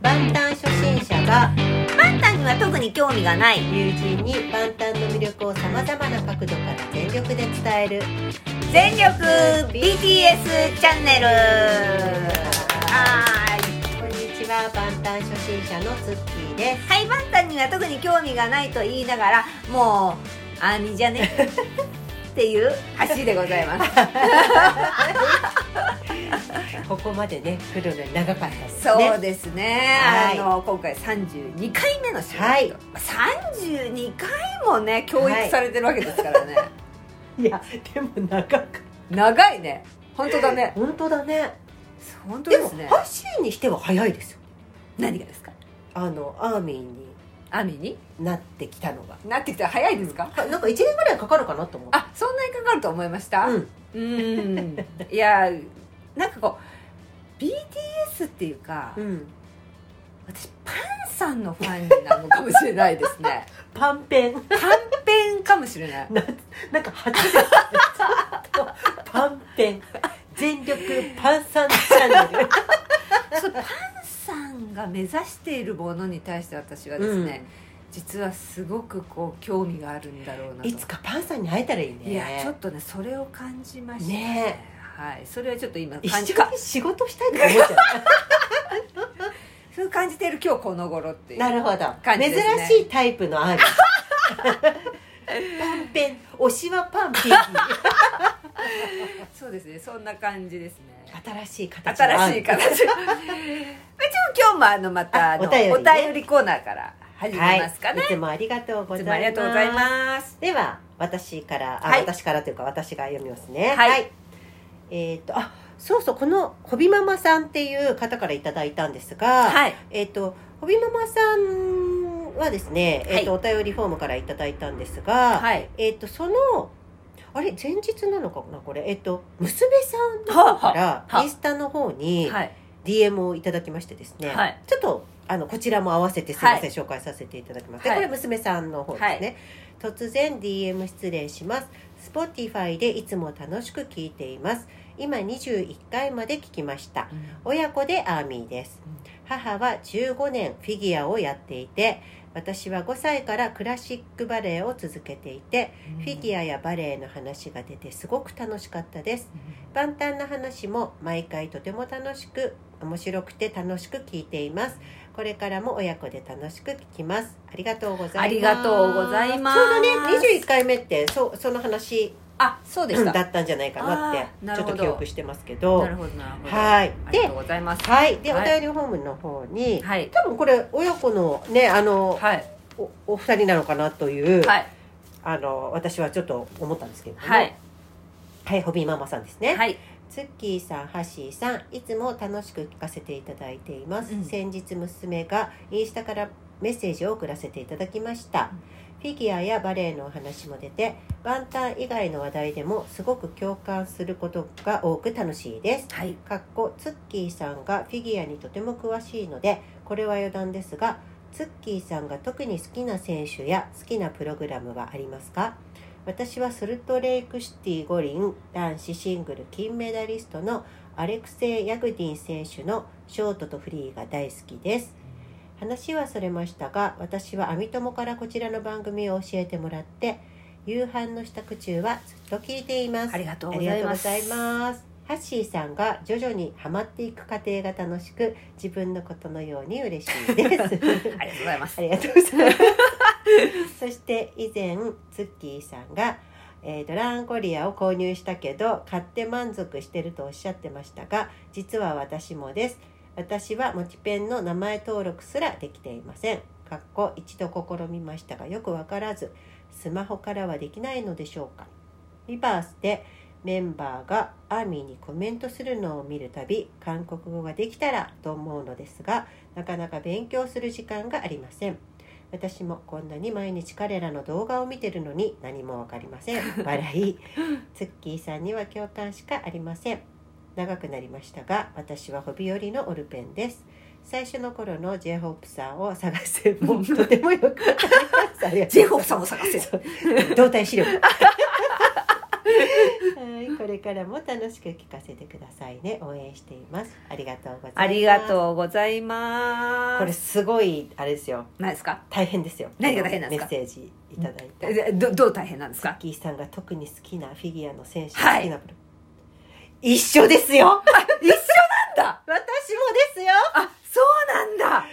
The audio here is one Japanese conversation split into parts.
ンタン初心者がパンタンには特に興味がない友人にバンタンの魅力をさまざまな角度から全力で伝える全力 BTS チャンネルはーいこんにちはバンタン初心者のツッキーですはいバンタンには特に興味がないと言いながらもうあーみーじゃ ねっていう橋でございますここまでね来るのに長かったですね そうですね。はいあの今回三十二回目の収録。はい三十二回もね教育されてるわけですからね。 いやでも長かった長いね。本当だね。本当だね本当ででもすね。ハッシーにしては早いですよ何がですか。あのアーミーにアミになってきたのがなってきたら早いですか。なんか1年ぐらいかかるかなと思ってあそんなにかかると思いました。うんうーん。いやなんかこう BTS っていうか、うん私パンさんのファンなのかもしれないですね。 パンペン短編かもしれない。なんか初 めてパンペン全力パンさんチャンネルそうパンさんが目指しているものに対して私はですね、実はすごくこう興味があるんだろうなといつかパンさんに会えたらいいねいやちょっとねそれを感じましたねはい、それはちょっと今一感じ緒かに仕事したいとか思っちゃそう感じている今日この頃って いううなるほど、感じですね珍しいタイプのアーミーパンペン推しはパンペンそうですねそんな感じですね新しい形のア新ーミしいー形 一応今日もあのまたあのあお便りねお便りコーナーから始はめい、ますかね、いつもありがとうごいざいつもますありがとうございますでは私からあ、はい私からというか私が読みますねはいえっ、とあそうそうこのホビママさんっていう方からいただいたんですが、はいえっ、とホビママさんはですね、はいえっとお便りフォームからいただいたんですが、はいえっ、とそのあれ前日なのかなこれえっ、と娘さんの方かははらインスタの方にはい DM をいただきましてですね、はいちょっとあのこちらも合わせてすみません、はい紹介させていただきます、はいでこれ娘さんの方ですね、突然 DM 失礼します Spotify でいつも楽しく聞いています今21回まで聞きました親子でアーミーですうん母は15年フィギュアをやっていて私は5歳からクラシックバレエを続けていてフィギュアやバレエの話が出てすごく楽しかったです万端な話も毎回とても楽しく面白くて楽しく聞いていますこれからも親子で楽しく聞きますありがとうございますありがとうございますちょうどね21回目ってそその話あそうでしただったんじゃないかなっあてーなちるょほっどと記憶してますけどなるほどなるほどはいありがとでうございますはいで、はいお便りホームの方に、はい多分これ親子のねあの、はいおお二人なのかなという、はいあの私はちょっと思ったんですけれども、はいはいホビーママさんですね、はいツッキーさん、ハッシーさん、いつも楽しく聞かせていただいています。うん先日娘がインスタからメッセージを送らせていただきました。フィギュアやバレエのお話も出て、ワンタン以外の話題でもすごく共感することが多く楽しいです。はいかっこツッキーさんがフィギュアにとても詳しいのでこれは余談ですがツッキーさんが特に好きな選手や好きなプログラムはありますか私はソルトレイクシティ五輪男子シングル金メダリストのアレクセイ・ヤグディン選手のショートとフリーが大好きです話はそれましたが私は網友からこちらの番組を教えてもらって夕飯の支度中はずっと聞いていますありがとうあごりざがいとうまごすざいます。ハッシーさんが徐々にハマっていく過程が楽しく、自分のことのように嬉しい です。ありがとうございますありがとうございます。そして以前ツッキーさんが、えードランコリアを購入したけど買って満足してるとおっしゃってましたが実は私もです私はモチペンの名前登録すらできていませんかっこ一度試みましたがよくわからずスマホからはできないのでしょうかリバースでメンバーがアーミーにコメントするのを見るたび韓国語ができたらと思うのですがなかなか勉強する時間がありません私もこんなに毎日彼らの動画を見てるのに何もわかりません笑いツッキーさんには共感しかありません長くなりましたが私はホビ寄りのオルペンです最初の頃の j ホープさんを探せもとてもよくわかりますありがとうございます ジェホフさんを探せ動体視力はい、これからも楽しく聞かせてくださいね。応援しています。ありがとうございます。ありがう。とうございますこれすごいあれですよ。何ですか大変ですよ。何が大変なんですかメッセージいただいた。えどどう大変なんですガッかキーさんが特に好きなフィギュアの選手、はい好きなプロ一緒ですよ。一緒なんだ私もですよ。あそうなんだ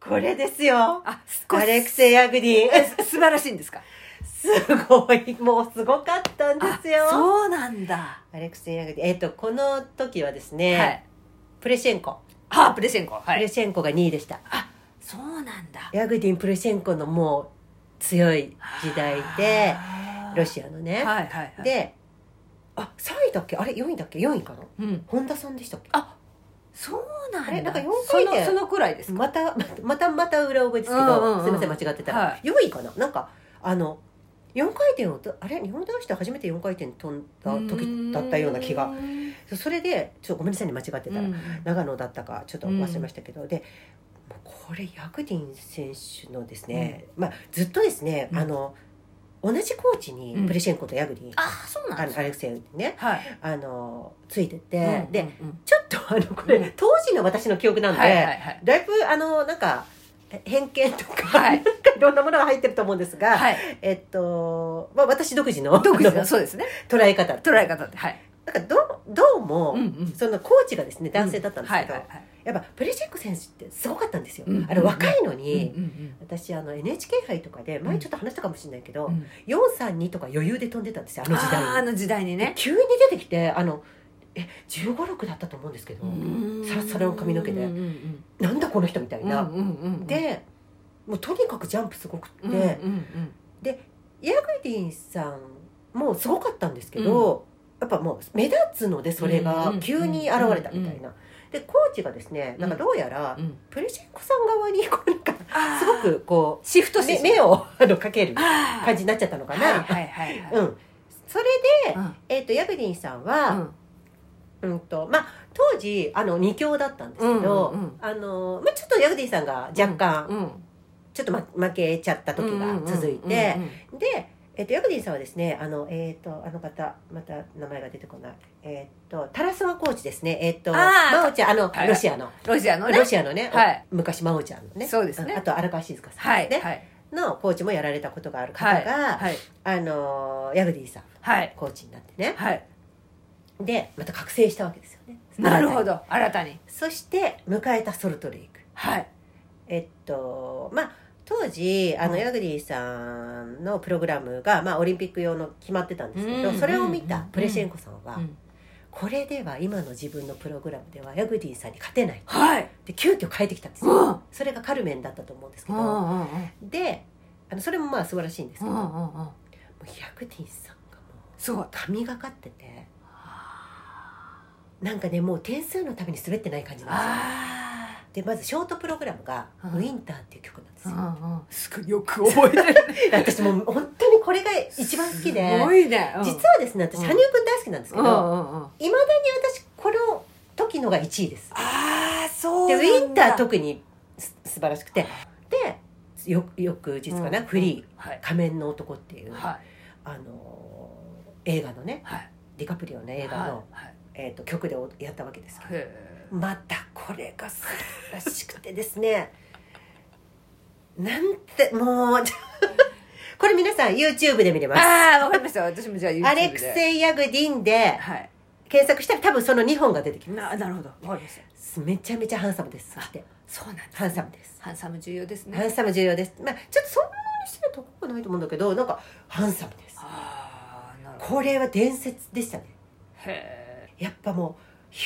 これですよ。あ少アレクしセイ・アグディ。えす素晴らしいんですかすごい。もうすごかったんですあよ。そうなんだアレクセイ・アグディ。えっ、と、この時はですね、はいプレシェンコ。あプレシェンコプはレいシェンコが2位でした。そうなんだヤグディン・プレシェンコのもう強い時代で、ロシアのね。アはいはいはいで、あ、3位だっけあれ ?4 位だっけ ?4 位かなうん本田さんでしたっけあそうなんだあれなんか四回でそのそのくらいですかまた、またまた、また裏覚えですけうんうんうど、んすいません、間違ってたら。はい4位かななんか、あの、4回転をと、あれ日本男子で初めて4回転飛んだ時だったような気うが。んそれで、ちょっとごめんなさいね、間違ってたら。長野だったかちょっと忘れましたけど、でもうこれヤグディン選手のですね、まあ、ずっとですね、うんあの同じコーチにうんプレシェンコとヤグディン、あそうなあんでのすアレクセイにねはいあのついてて、うんでうんうんちょっとあのこれ、うん当時の私の記憶なんで、はいはいはいだいぶあのなんかえ偏見とか、、はい いろんなものが入ってると思うんですが、はいえっと、まあ、私独自の独自あののそうですね 捉え方捉え方ではいなんかどうどうも、うんうんそのコーチがですね男性だったんですけど、はいはいはいやっぱプレシェンコ選手ってすごかったんですよ、うんあれ若いのうんに、私あの NHK 杯とかで前ちょっと話したかもしれないけど、うんうん432とか余裕で飛んでたんですよああの時代にーあの時代にね急に出てきてあのえ1 5六6だったと思うんですけどサラサラの髪の毛でうんうんなんだこの人みたいうんうんな、うんうんうんでもうとにかくジャンプすごくって、うんうんヤグうんディンさんもすごかったんですけど、やっぱもう目立つのでそれうんうんがうん急に現れたみたいな。でコーチがですねなんかどうやらうんプレシェンコさん側にこうなんかあーすごくこシフうトして目目をあのかけるあー感じになっちゃったのかはいな。はいはいはいうん、それで、うんえー、とヤグディンさんは、うんとまあ、当時あの2強だったんですけど、うんうんうんあのまあ、ちょっとヤグディンさんが若干、うんちょっと、ま、負けちゃった時が続いて、うんうんうんで、えー、とヤグディンさんはですねあの、えー、とあの方また名前が出てこない、えー、とタラスワコーチですね、えー、とあー真央ちゃんあのはいロシアの、ロシアのねロシアのね、はい昔真央ちゃんのねそうですねんあと荒川静香さんはですいね、はいのコーチもやられたことがある方が、はいあのヤグディンさんはいコーチになってねはいでまた覚醒したわけですよねなるほ新たにど新たにそして迎えたソルトレイクはいえっとまあ当時あのうんヤグディさんのプログラムが、まあ、オリンピック用の決まってたんですけどうんそれを見うんたプレシェンコさんは、うんこれでは今の自分のプログラムではヤグディさんに勝てないはいで急遽変えてきたんですうよんそれがカルメンだったと思うんですけうんどうんうんであのそれもまあ素晴らしいんですけうど、んもううんうんヤグディさんがもうすごい神がかっててなんかねもう点数のために滑ってない感じなんですよあでまずショートプログラムが「うんウィンター」っていう曲なんですーうよ、んうんすごいよく覚えてるね私もう本当にこれが一番好き ですごいね実ははですね私うん羽生くん大好きなんですけうどいんま、うんうん未だに私この時のが1位ですああそうでウィンターと特にす素晴らしくてでよ翌日かな、フリーはい「仮面の男」っていう、はいあのー映画のねはいディカプリオの映画の、はいえー、と曲でおやったわけですけどへーまたこれが素晴らしくてですねなんてもう これ皆さん YouTube で見れますああわかりました私もじゃあ YouTube でアレクセイ・ヤグディンではい検索したら多分その2本が出てきまななるほどわかりましたすめちゃめちゃハンサムですそしてそうなんですハンサムですハンサム重要ですハねンサム重要ですまあちょっとそんなにしてるとこがないと思うんだけどなんかハンサムですああなるほどこれは伝説でしたねへやっぱも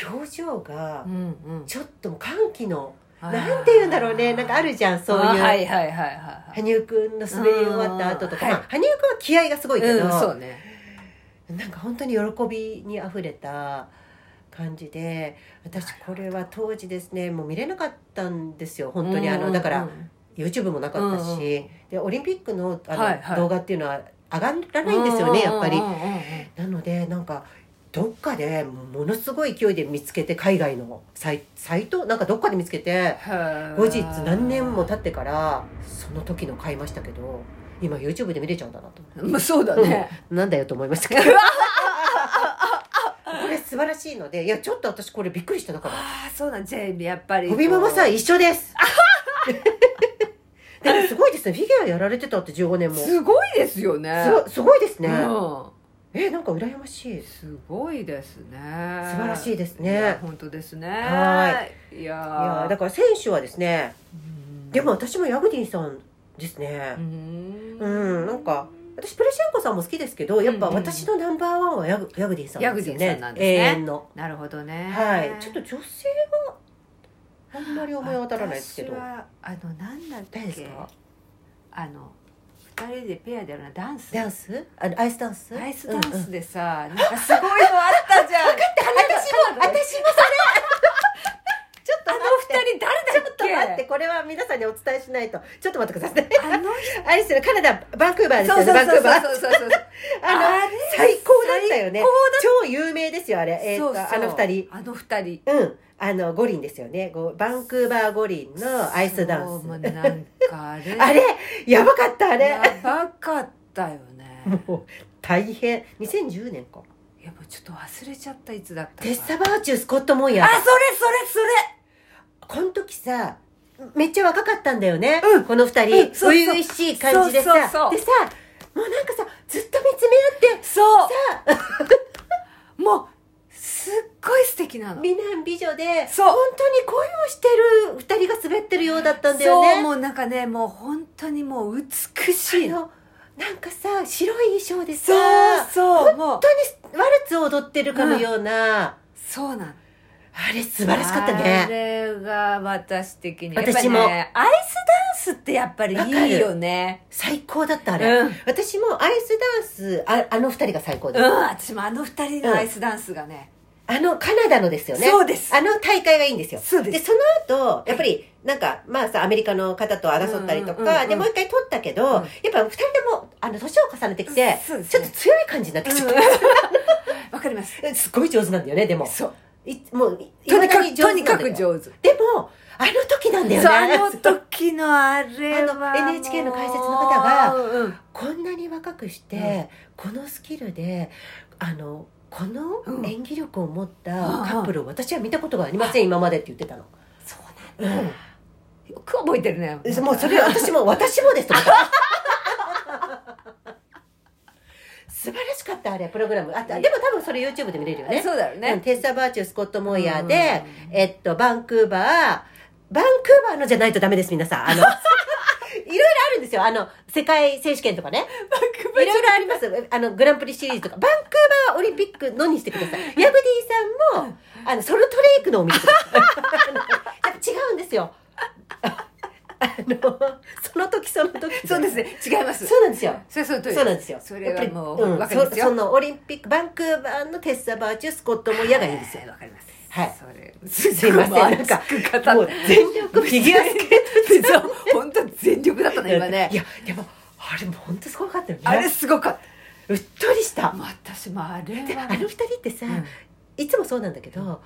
う表情がーうんうんちょっともう歓喜のあーなんて言うんだろうねなんかあるじゃんそうあいーうはいはいはいはいはい羽生くんの滑り終わった後とか、うんまあ、羽生くんは気合がすごいけど、うんそうねなんか本当に喜びにあふれた感じで私これは当時ですねもう見れなかったんですよ本当にあうんうんうのんだから YouTube もなかったし、うんうんでオリンピックのあの、はいはい動画っていうのは上がらないんですよねやっぱりうんう。んうんうんなのでなんかどっかでものすごい勢いで見つけて海外のサイサイトなんかどっかで見つけてへー後日何年も経ってからその時の買いましたけど今 YouTube で見れちゃうんだなとまあ、そうだね、なんだよと思いましたけどこれ素晴らしいのでいやちょっと私これびっくりしただからああそうなんじゃあやっぱりホビママさんこ一緒です でもすごいですねフィギュアやられてたって15年うもすすごいですよねごすごいですね、うんえなんか羨ましいすごいですね素晴らしいですね本当ですねはいいややーーだから選手はですねうんでも私もヤグディンさんですねう、んうんなんか私プレシェンコさんも好きですけどやっぱうんうん私のナンバーワンはヤグヤグディンさんなんですよねヤグディンさんなんですね永遠の、なるほどねはいちょっと女性があんまり思い当たらないですけど私はあのなんだっけ誰ですかあの二人でペアでやるなダンスダンスあアイスダンスアイスダンうんうんスでさ、なんかすごいのあっ たじゃん分かった私 も私もそれちょっとあの二人誰だっちょっけと待ってこれは皆さんにお伝えしないとちょっと待ってくだ さいねあのあれですよねカナダバンクーバーですよそうねそうバそンうクそうーバーそうそうあのあれ最高だったよね最高超有名ですよあれ、えーとそうそうあの二人あの二人うんあの五輪ですよねごバンクーバー五輪のアイスダンそうもうスなんかあ れあれやばかったあれやばかったよねもう大変2010年かやっぱちょっと忘れちゃったいつだったかテッサ・バーチュースコット・モンヤあーそれそこの時さめっちゃ若かったんだよね、うんこの二人うん初そうそう々、しい感じでさそうそうそうでさもうなんかさずっと見つめ合ってれそうもうすっごい素敵なの美男美女でそう本当に恋をしてる二人が滑ってるようだったんだよねそうもうなんかねもう本当にもう美しいあののなんかさ白い衣装でさそうそうもう本当にワルツを踊ってるかのような、あそうなのれ素晴らしかったねあれが私的に私もやっぱねアイスダンスってやっぱりいいよね最高だったあれ、うん私もアイスダンスああの二人が最高うだ、んす私もあの二人のアイスダンスがね、あのカナダのですよねそうですあの大会がいいんですよそうでですその後やっぱりなんかまあさアメリカの方と争ったりとか、うんうんうんうんでもう一回取ったけど、うんやっぱ二人ともあの年を重ねてきて、そうですちょっねと強い感じになってきちゃっわかりますた、すごい上手なんだよねでもそういもういとにか未くだとにに上手なかんだよく上手でもあの時なんだよそうねあの時のあれはあの NHK の解説の方がうんうんこんなに若くして、このスキルであのこのうん演技力を持ったうんうんカップルを私は見たことがありません、今までって言ってたの、そうなんだ、よく覚えてるねもうそれ私も私もですと思った 素晴らしかったあれプログラムあでも多分それ YouTube で見れるよねそうだよね、うんテッサ・バーチュースコット・モイヤーうんで、えっと、バンクーバー、バンクーバーのじゃないとダメです、皆さん。あ の、いろいろあるんですよ。あの、世界選手権とかね。いろいろあります。あの、グランプリシリーズとか。バンクーバーオリンピックのにしてください。ヤブディさんも、あの、ソルトレイクのお店くだ さい。あのやっぱ違うんですよ。あの、その時その時。そうです。ね違いますそうなんですよ。それそれとそうなんですよ。それはもやっぱりうわかりまそすそよのオリンピック、バンクーバーのテッサ・バーチュースコット・モイヤーがいいですよは。わかりますはいそれすいませんなんかもう全力フィギュアスケーートって本当全力だったトね今ねいやでもあれも本当すごかったよねあれすごかったうっとりしたもう私もあれではあの二人ってさ、うんいつもそうなんだけど、うんも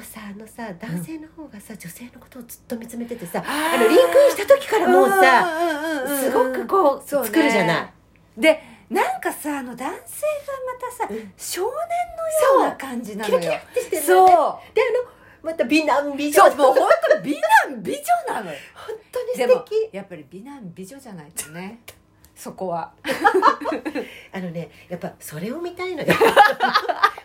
うさあのさ男性の方がさ、女性のことをずっと見つめててさああのリンクインした時からもうささすごくこうそうね作るじゃない、でなんかさあの男性がまたさうん少年のような感じなキのラよキラってしてるそのうねであのまた美男美女そうもう本当美男美女なのよ本当にで 素も敵やっぱり美男美女じゃないとねそこはあのねやっぱそれを見たいの よ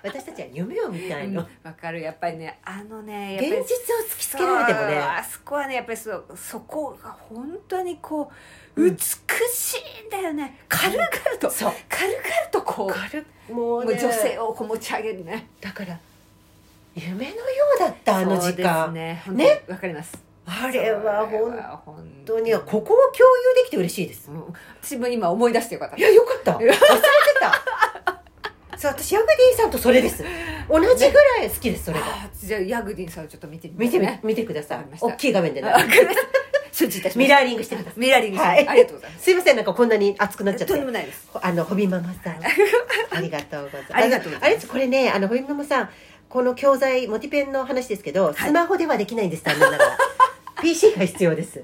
私たちは夢を見たいの、うんわかるやっぱりねあのねや現っぱ実をり突きつけられてもそうねあそこはねやっぱりそうそこが本当にこううん美しいんだよね、軽々とそう軽々とこう軽くもう,、もうね、女性をこう持ち上げるねだから夢のようだったあの時そう間、ですねねねわかりますあれはそ本れは本当にここを共有できて嬉しいですうん私も今思い出してよかったいやよか った忘れてたそう私ヤグディさんとそれです同じぐらい好きですそれが、あーじゃあヤグディンさんをちょっと見てみ見てみね見てくださわいかりました大きい画面でわなかいりました承知いたしまミしラたーリングしてくださいミラーリングしてはいありがとうございま すすいませんなんかこんなに熱くなっちゃってとんでもないですあのホビママさ んありがとうございますありがとうございますあれですこれねあのホビママさんこの教材モテペンの話 ですけど、スマホではできないんです残念ながら PC が必要です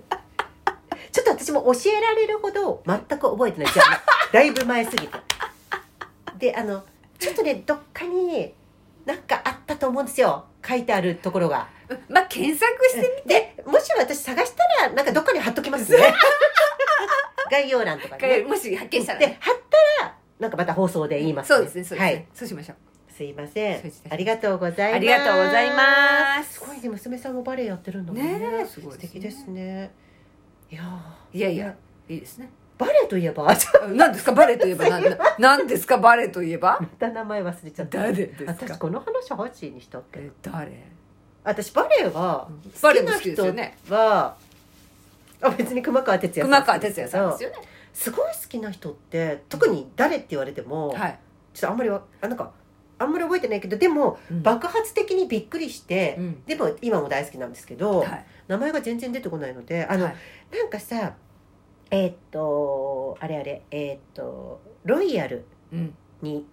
ちょっと私も教えられるほど全く覚えてないじゃあだいぶ前すぎてであのちょっとねどっかになんかあったと思うんですよ書いてあるところがまあ検索してでもし私探したらなんかどっかに貼っときますね 概要欄とかみにて、ねもし発見したら、でね、貼ったらなんかまた放送で言います、そうですねそうですね、はいそうしましょうすいませそうでんすねありがとうございますありがとうございますすごいね娘さんもバレエやってるんだもんねねえすごい素敵ですねいやーいやいやいいですねバレエといえば ちょっ何ですかバレといえば何何ですかバレといえばとまた名前忘れちゃった誰ですか私この話ハッチーにしたっけえ誰私バレエは好バレきもな好きです人よねはあ別に熊川哲也熊川哲也さんですよねすごい好きな人って特に誰って言われても、はい、ちょっとあんまりわあなんかあんまり覚えてないけどでも爆発的にびっくりして、うんでも今も大好きなんですけど、はい名前が全然出てこないのであの、はいなんかさえーっとあれあれえーっとロイヤルうんに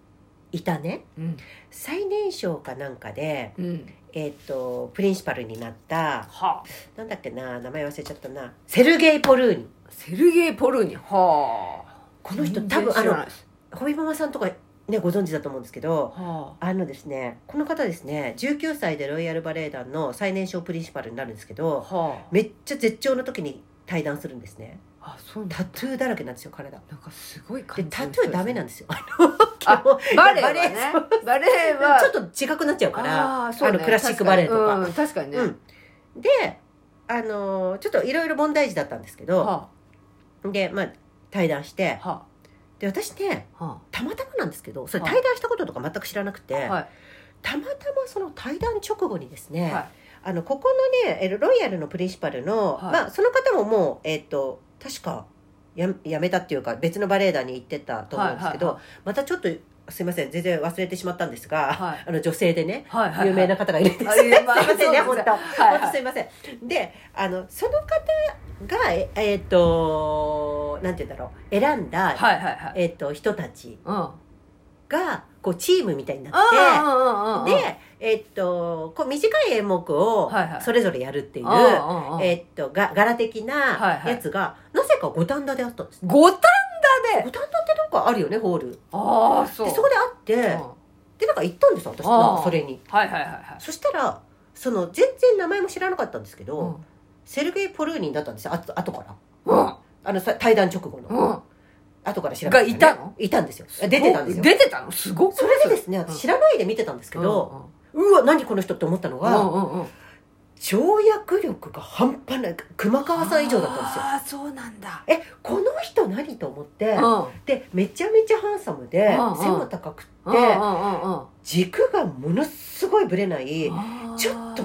いたねうん最年少かなんかで、うんえーっとプリンシパルになったはなんだっけな名前忘れちゃったなセルゲイ・ポルーニあセルゲイ・ポルーニはあこの人全多然分あ知らのないですホビママさんとかねご存知だと思うんですけどはああのですねこの方ですね19歳でロイヤルバレエ団の最年少プリンシパルになるんですけどはめっちゃ絶頂の時に対談するんですねああそうなんだタトゥーだらけなんですよ体なんかすごいで感じタトゥーダメなんでですよあのすバレエはねそうバレエはちょっと違くなっちゃうからあーそうねあのクラシックバレエとかうん確かにね、うんであのーちょっといろいろ問題児だったんですけどはでまあ対談してあはで私ねあはたまたまなんですけどそれはい対談したこととか全く知らなくて、あはいたまたまその対談直後にですね、はいあのここのねえロイヤルのプリンシパルの、はいまあ、その方ももう、えっと確かややめたっていうか別のバレエ団に行ってたと思うんですけど、はいまたちょっとすいません全然忘れてしまったんですが、はいあの女性でねはいはい有名な方がいるんです、あいやまあすいませんねそう本ですね当、はい本当すいませんであのその方がええっとなんて言うんだろう選んだ、はいはいはいえっと人たちうんあがこうチームみたいになって。あで、えっと、こう短い演目をはいはいそれぞれやるっていう、えっと、が柄的はいなはいやつが、なぜか五反田であったんです。五反田五で反田ってどっかあるよね、ホール。で、ああそうそこであって、うんで、なんか行ったんです、私、あーなんかそれに。はいはいはいはいそしたら、その、全然名前も知らなかったんですけど、うんセルゲイ・ポルーニンだったんですよ、あと後から。うあの、さ対談直後んうの。ん後から調べたらねがいたのいたんですよ。出てたんですよ。出てたのすごくそれでですね、うん私知らないで見てたんですけど、うわ、何この人って思ったのうが、んうんうん跳躍力が半端ない熊川さん以上だったんですよああそうなんだえこの人何と思ってうんうんでめちゃめちゃハンサムでうんうん背も高くうっんうんてうん軸がものすごいぶれないあーちょっと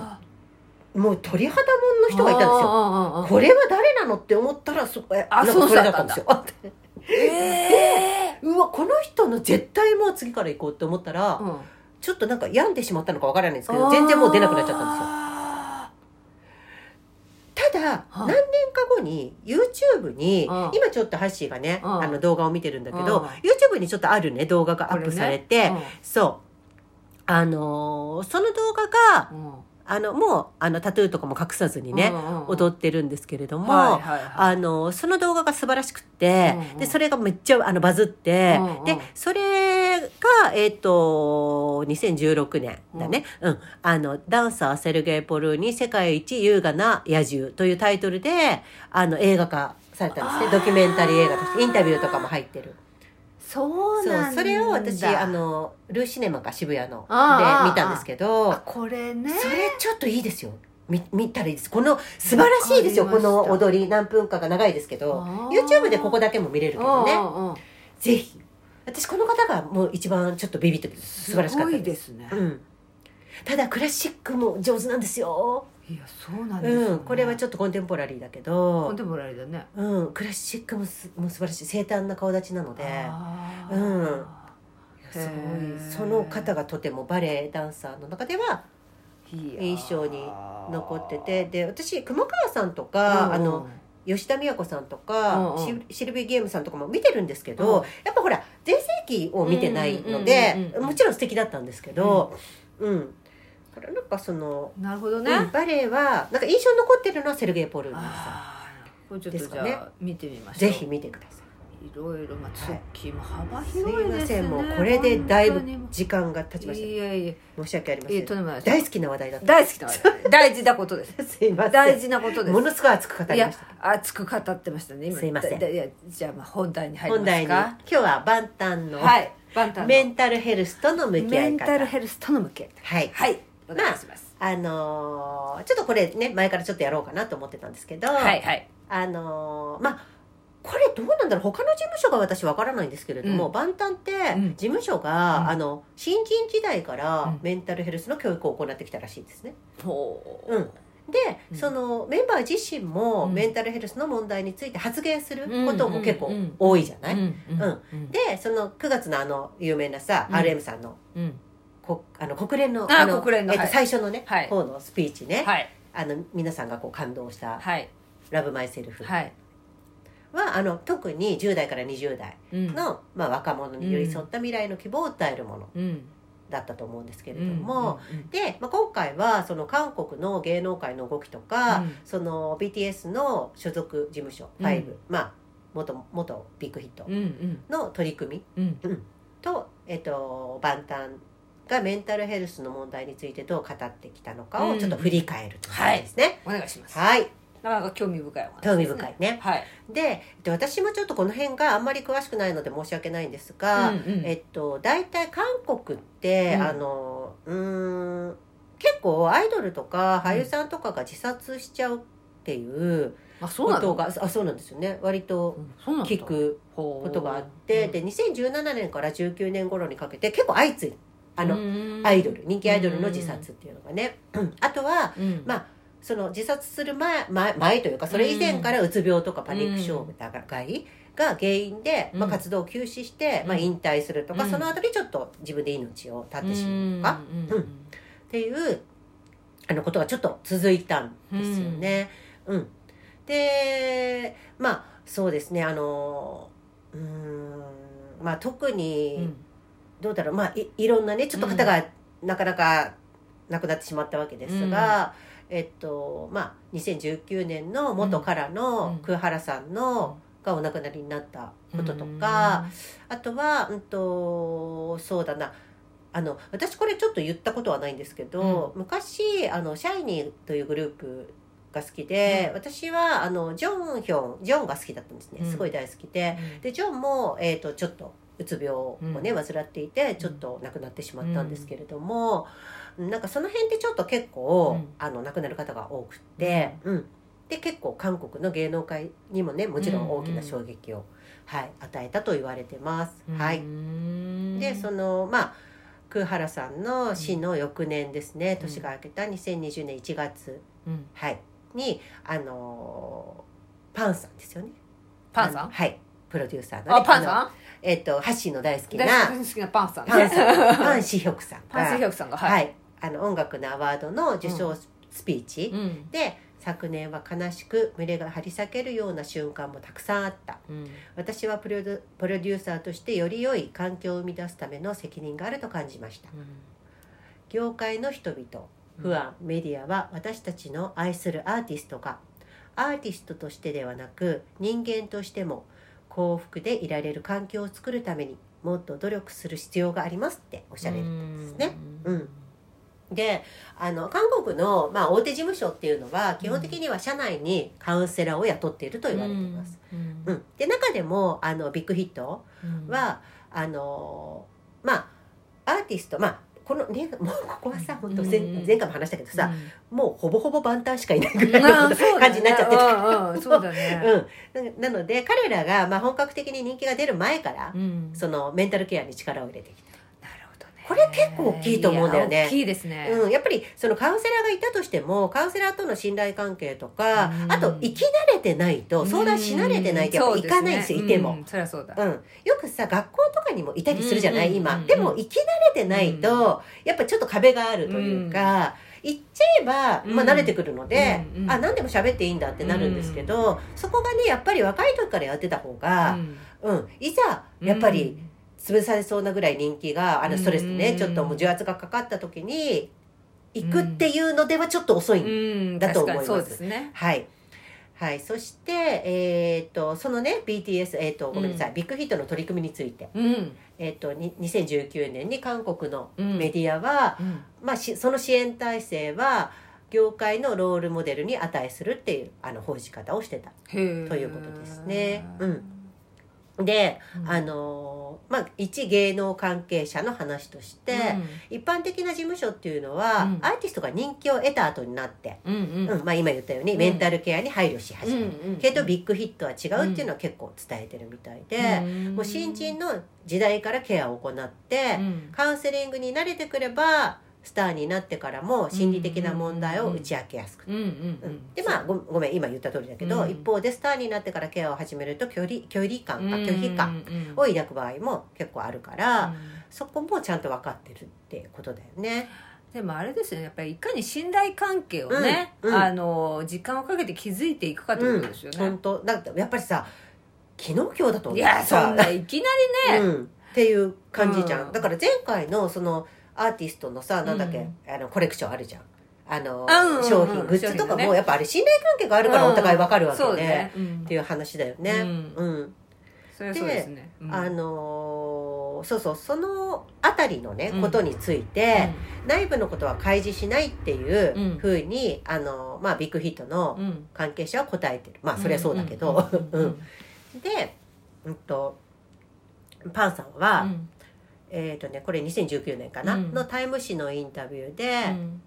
もう鳥肌もんの人がいたんですようんうんうんうんこれは誰なのって思ったらそえなあんそかうそだれっだったたんんだですよあええうわこの人の絶対もう次から行こうって思ったら、うんちょっとなんか病んでしまったのかわからないんですけど全然もう出なくなっちゃったんですよただ、は何い年か後に YouTube に、うん今ちょっとハッシーがね、うんあの動画を見てるんだけど、うん YouTube にちょっとあるね動画がアップされてこれねそうあのーその動画がうんうんあのもうあのタトゥーとかも隠さずにね、っ踊ってるんですけれども、はいはいはいあのーその動画が素晴らしくって、うんうんでそれがめっちゃあのバズって、うんうんでそれがえっ、と2016年だね、うんあのダンサーセルゲイ・ポルーに「世界一優雅な野獣」というタイトルであの映画化されたんですねあードキュメンタリー映画としてインタビューとかも入ってるそうなんだそれを私あのルーシネマか渋谷のであー見たんですけあどこれねそれちょっといいですよ見見たらいいですこの素晴らしいですよわこかりましたの踊り何分かが長いですけどあー YouTube でここだけも見れるけどねうんうんうんぜひ私この方がもう一番ちょっとビビって素晴らしかったすでごいすですねうん、ただクラシックも上手なんですよ、いやそうなんですよねうん、これはちょっとコンテンポラリーだけコどンテ、ンポラリーだねうん、クラシックもすもう素晴らしい生誕な顔立ちなのであーうんすへごーいその方がとてもバレエダンサーの中ではいやー印象に残っててで私熊川さんとか、あの吉田美和子さんとか、うんうんシシルビー・ゲームさんとかも見てるんですけど、うんやっぱほら全盛期を見てないので、うんうんうんうんうんもちろん素敵だったんですけどうん、だからなんかそのなるほどね、うんバレエはなんか印象に残ってるのはセルゲイ・ポルーニンさあーこれちょっでとすじかゃねあ見てみましょぜうひ見てくださいいろいろまあツッキーも幅すい広いまですせねんもうこれでだいぶ本当にも時間が経ちましいやいやた申し訳ありまいせやとんんでもないです大好きな話題だった大好きな話題大事なことですすいません大事なことですものすごい熱く語いりやました熱く語ってましたね今すいませんだいやじゃあまあ本題に入り本ま題すに今か日は万端のはいバンタンのメンタルヘルスとの向き合メいン方タルヘルスとの向き合いはいはいお願いします、あのーちょっとこれね前からちょっとやろうかなと思ってたんですけど、はいはいあのーまあこれどうなんだろう他の事務所が私わからないんですけれども、うん万端ってうん事務所が、うんあの新人時代かうらんメンタルヘルスの教育を行ってきたらしいんですね。ほうんで、うんそのメンバー自身もうんメンタルヘルスの問題について発言することも結構うんうんうん多いじゃない、うんうんうんうんでその9月のあの有名なさ、うん RM さんのうんこあの国連のあの国連のえっとはい最初のね、はい方のスピーチね、はいあの皆さんがこう感動したはい「ラブマイセルフは、はいあの特に10代から20代うんの、まあ、若者に寄り添った未来の希望を訴えるものうんだったと思うんですけけれども、で、まあ、今回はその韓国の芸能界の動きとか、その BTS の所属事務所うん5、まあ元元ビッグヒットうんうんの取り組みうんうんと、えっと、万端がメンタルヘルスの問題についてどう語ってきたのかうをんちょっと振り返るということですね。お願いしますはい、なかなか興味深いお話です興ね味深いね。はいで、えっと私もちょっとこの辺があんまり詳しくないので申し訳ないんですが、うんうんえっと大体韓国って、うんあのうーん結構アイドルとか俳優さんとかが自殺しちゃうっていうあそうこなとのがあそうなんですよね割とうんそうなんだ聞くこことがあってで2017年から19年頃にかけて結構相次いあの、アイドル人気アイドルの自殺っていうのがね、 あとはまあその自殺する前前前というかそれ以前からうつ病とかパニック障害が原因で、うんまあ、活動を休止して、うんまあ、引退するとか、うんその後にちょっと自分で命を絶ってしまうとかううんんっていうあのことがちょっと続いたんですよね。うんでまあそうですねあのうーんまあ特に、どうだろうまあいいろんなねちょっと方がなかなか亡くなってしまったわけですが、えっとまあ2019年の元からうんの桑原さんの、がお亡くなりになったこととか、あとは、うん、とそうだなあの私これちょっと言ったことはないんですけど、昔あのシャイニーというグループが好きで、うん私はあのジョンヒョンジョンが好きだったんですね、うんすごい大好きで、でジョンも、えー、とちょっとうつ病をね、う患っていてちょっと亡くなってしまったんですけれども、なんかその辺ってちょっと結構、うんあの亡くなる方が多くて、うんで結構韓国の芸能界にもねもちろん大きな衝撃を、はい、与えたと言われてます。はい、でそののまあ空原さんの死の翌年ですね、ん年が明けた2020年1月、はい、にあのーパンさんですよね。パンさあのんはいプロデューサーのね、あパンあのさんえっ、とハッシーの大好きな大好きなパンさんねパンさんパン・シヒョクさんがパンスヒョクさんがはいいあの音楽のアワードの受賞スピーチ、うんで昨年は悲しく胸が張り裂けるような瞬間もたくさんあった私はプロデュプロデューサーとしてより良い環境を生み出すための責任があると感じました業界の人々不安メディアは私たちの愛するアーティストがアーティストとしてではなく人間としても幸福でいられる環境を作るためにもっと努力する必要がありますっておっしゃれるですねうんであの韓国の、まあ、大手事務所っていうのは基本的には社内にカウンセラーを雇っていると言われています、うんで中でもあのビッグヒットはあのまあアーティストまあこのねもうここはさ本当前うん前回も話したけどさ、もうほぼほぼ万端しかいないぐらい の感感じになっちゃってるてそうだねうん、ななので彼らがまあ本格的に人気が出る前から、うんそのメンタルケアに力を入れてきた、なるほどねこれ結構大きいと思うんだよねいや大きいですねうん、やっぱりそのカウンセラーがいたとしてもカウンセラーとの信頼関係とか、うんあと生き慣れてないと相談し慣れてないとやっぱ行かないんですよ、うんいてもう、んそりゃそうだうんよくさ学校とかにもいたりするじゃない、うん今、うんでも生き慣れてないと、やっぱちょっと壁があるというか、行っちゃえば、まあ、うん慣れてくるので、うんうんあ何でも喋っていいんだってなるんですけど、そこがねやっぱり若い時からやってた方が、うんいざやっぱり潰されそうなぐらい人気があのうんストレスでね、ちょっともう重圧がかかった時に行くっていうのではちょっと遅い、うんだと思います確かにそうですねはいはい、そして、えー、とそのね BTS、えー、とごめんなさい、うビッグヒットの取り組みについて、うんえー、とに2019年に韓国のうんメディアは、うんまあ、しその支援体制は業界のロールモデルに値するっていうあの報じ方をしてた。へえということですねうんで、あのーまあ、一芸能関係者の話として、一般的な事務所っていうのは、うんアーティストが人気を得た後になって、うんうんうんまあ、今言ったようにうんメンタルケアに配慮し始める、うんうんけどビッグヒットは違うっていうのは結構伝えてるみたいで、もう新人の時代からケアを行って、うんカウンセリングに慣れてくればスターになってからも心理的な問題を打ち明けやすくうんうんううんんでまあごごめん今言った通りだけど、うん一方でスターになってからケアを始めると距離距離感うんあ拒否感うんうんを抱く場合も結構あるから、そこもちゃんと分かってるってことだよね。でもあれですよねやっぱりいかに信頼関係をね、うんうんあの時間をかけて築いていくかってことですよ本ね、当だってやっぱりさ昨日今日だと思いやそんだないきなねうん、っていう感じじゃん、うんだから前回のそのアーティストのさなんだっけ、うんあのコレクションあるじゃん。あのあうんうんうん商品グッズとか商品もねやっぱあれ信頼関係があるからお互い分かるわけうんそうで、ね、うんっていう話だよね。うんうんそれはそうですね、うんあのーそうそうそのあたりのね、うんことについて、内部のことは開示しないっていううんふうに、あのーまあ、ビッグヒットうのんうん関係者は答えてるまあそりゃそうだけど、うん うんうんで、うんと、パンさんは、うんえっ、とねこれ2019年かな、うんの「タイム」誌のインタビューで、うん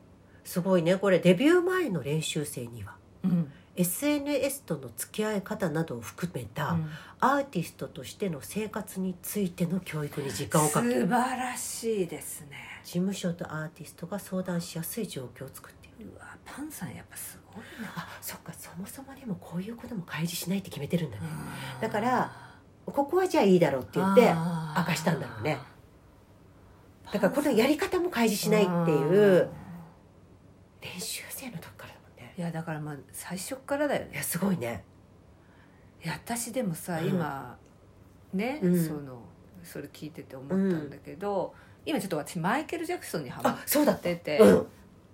すごいねこれデビュー前の練習生にはうん SNS との付き合い方などを含めた、アーティストとしての生活についての教育に時間を素かけ晴事らしいですね務所とアーティストが相談しやすい状況を作っているうわパンさんやっぱすごいなあそっかそもそもでもこういうことも開示しないって決めてるんだねうんだからここはじゃあいいだろうって言ってあー明かしたんだろうねだからこのやり方も開示しないっていう練習生の時からだもんねいやだからまあ最初っからだよいねやすごいねいや私でもさうん今、ね、うんそのそれ聞いてて思ったんだけど、今ちょっと私マイケル・ジャクソンにハマあっそうだっててて、うん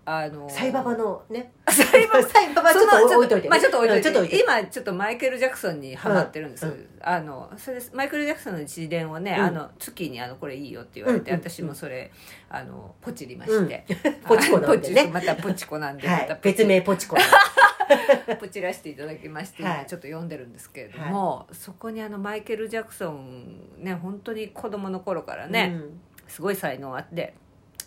あのサイババのね サイババ サイババちょっそのと置いといてまあちょっと置いというんちて,、ょっと置いといて今ちょっとマイケル・ジャクソンにハマってるんです、うんあのそれでマイケル・ジャクソンの自伝をね、うんあの月にあのこれいいよって言われて、うんうん私もそれあのポチりまして、ポチコなんでねあのポチまたポチコなんで、はまたいポチ別名ポチコだポチらせていただきまして、はい今ちょっと読んでるんですけれども、そこにあのマイケル・ジャクソンね本当に子供の頃からね、うんすごい才能あって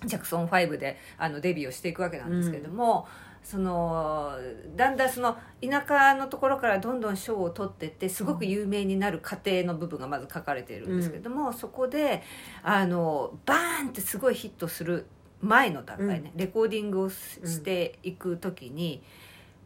ジャクソン5であのデビューをしていくわけなんですけれども、そのだんだんその田舎のところからどんどん賞を取ってってすごく有名になる過程の部分がまず書かれているんですけれども、そこであのバーンってすごいヒットする前の段階ね、レコーディングをしうんしていく時に、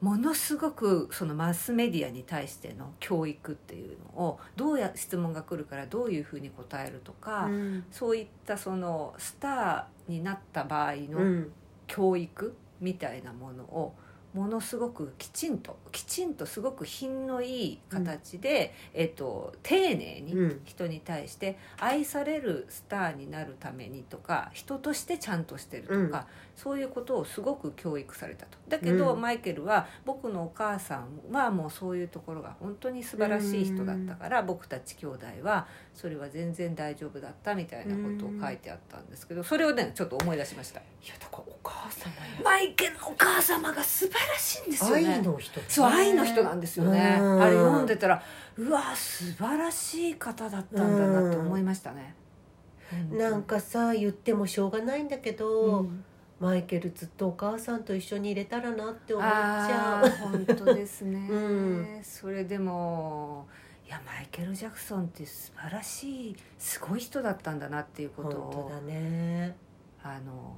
ものすごくそのマスメディアに対しての教育っていうのをどうや質問が来るからどういうふうに答えるとか、うんそういったそのスターになった場合うのん教育みたいなものをものすごくきちんときちんとすごく品のいい形で、えっと、丁寧にうん人に対して愛されるスターになるためにとか人としてちゃんとしてるとか、うんそういうことをすごく教育されたとだけど、うんマイケルは僕のお母さんはもうそういうところが本当に素晴らしい人だったから、僕たち兄弟はそれは全然大丈夫だったみたいなことを書いてあったんですけどそれをねちょっと思い出しましたいやだからお母様やマイケルのお母様が素晴らしいんですよね愛の人そう愛の人なんですよね、うんあれ読んでたらうわ素晴らしい方だったんだなと思いましたね、なんかさ言ってもしょうがないんだけうど、んマイケルずっとお母さんと一緒にいれたらなって思っちあゃあ本当ですね、うんそれでもいやマイケル・ジャクソンって素晴らしいすごい人だったんだなっていううこと本当をだねあの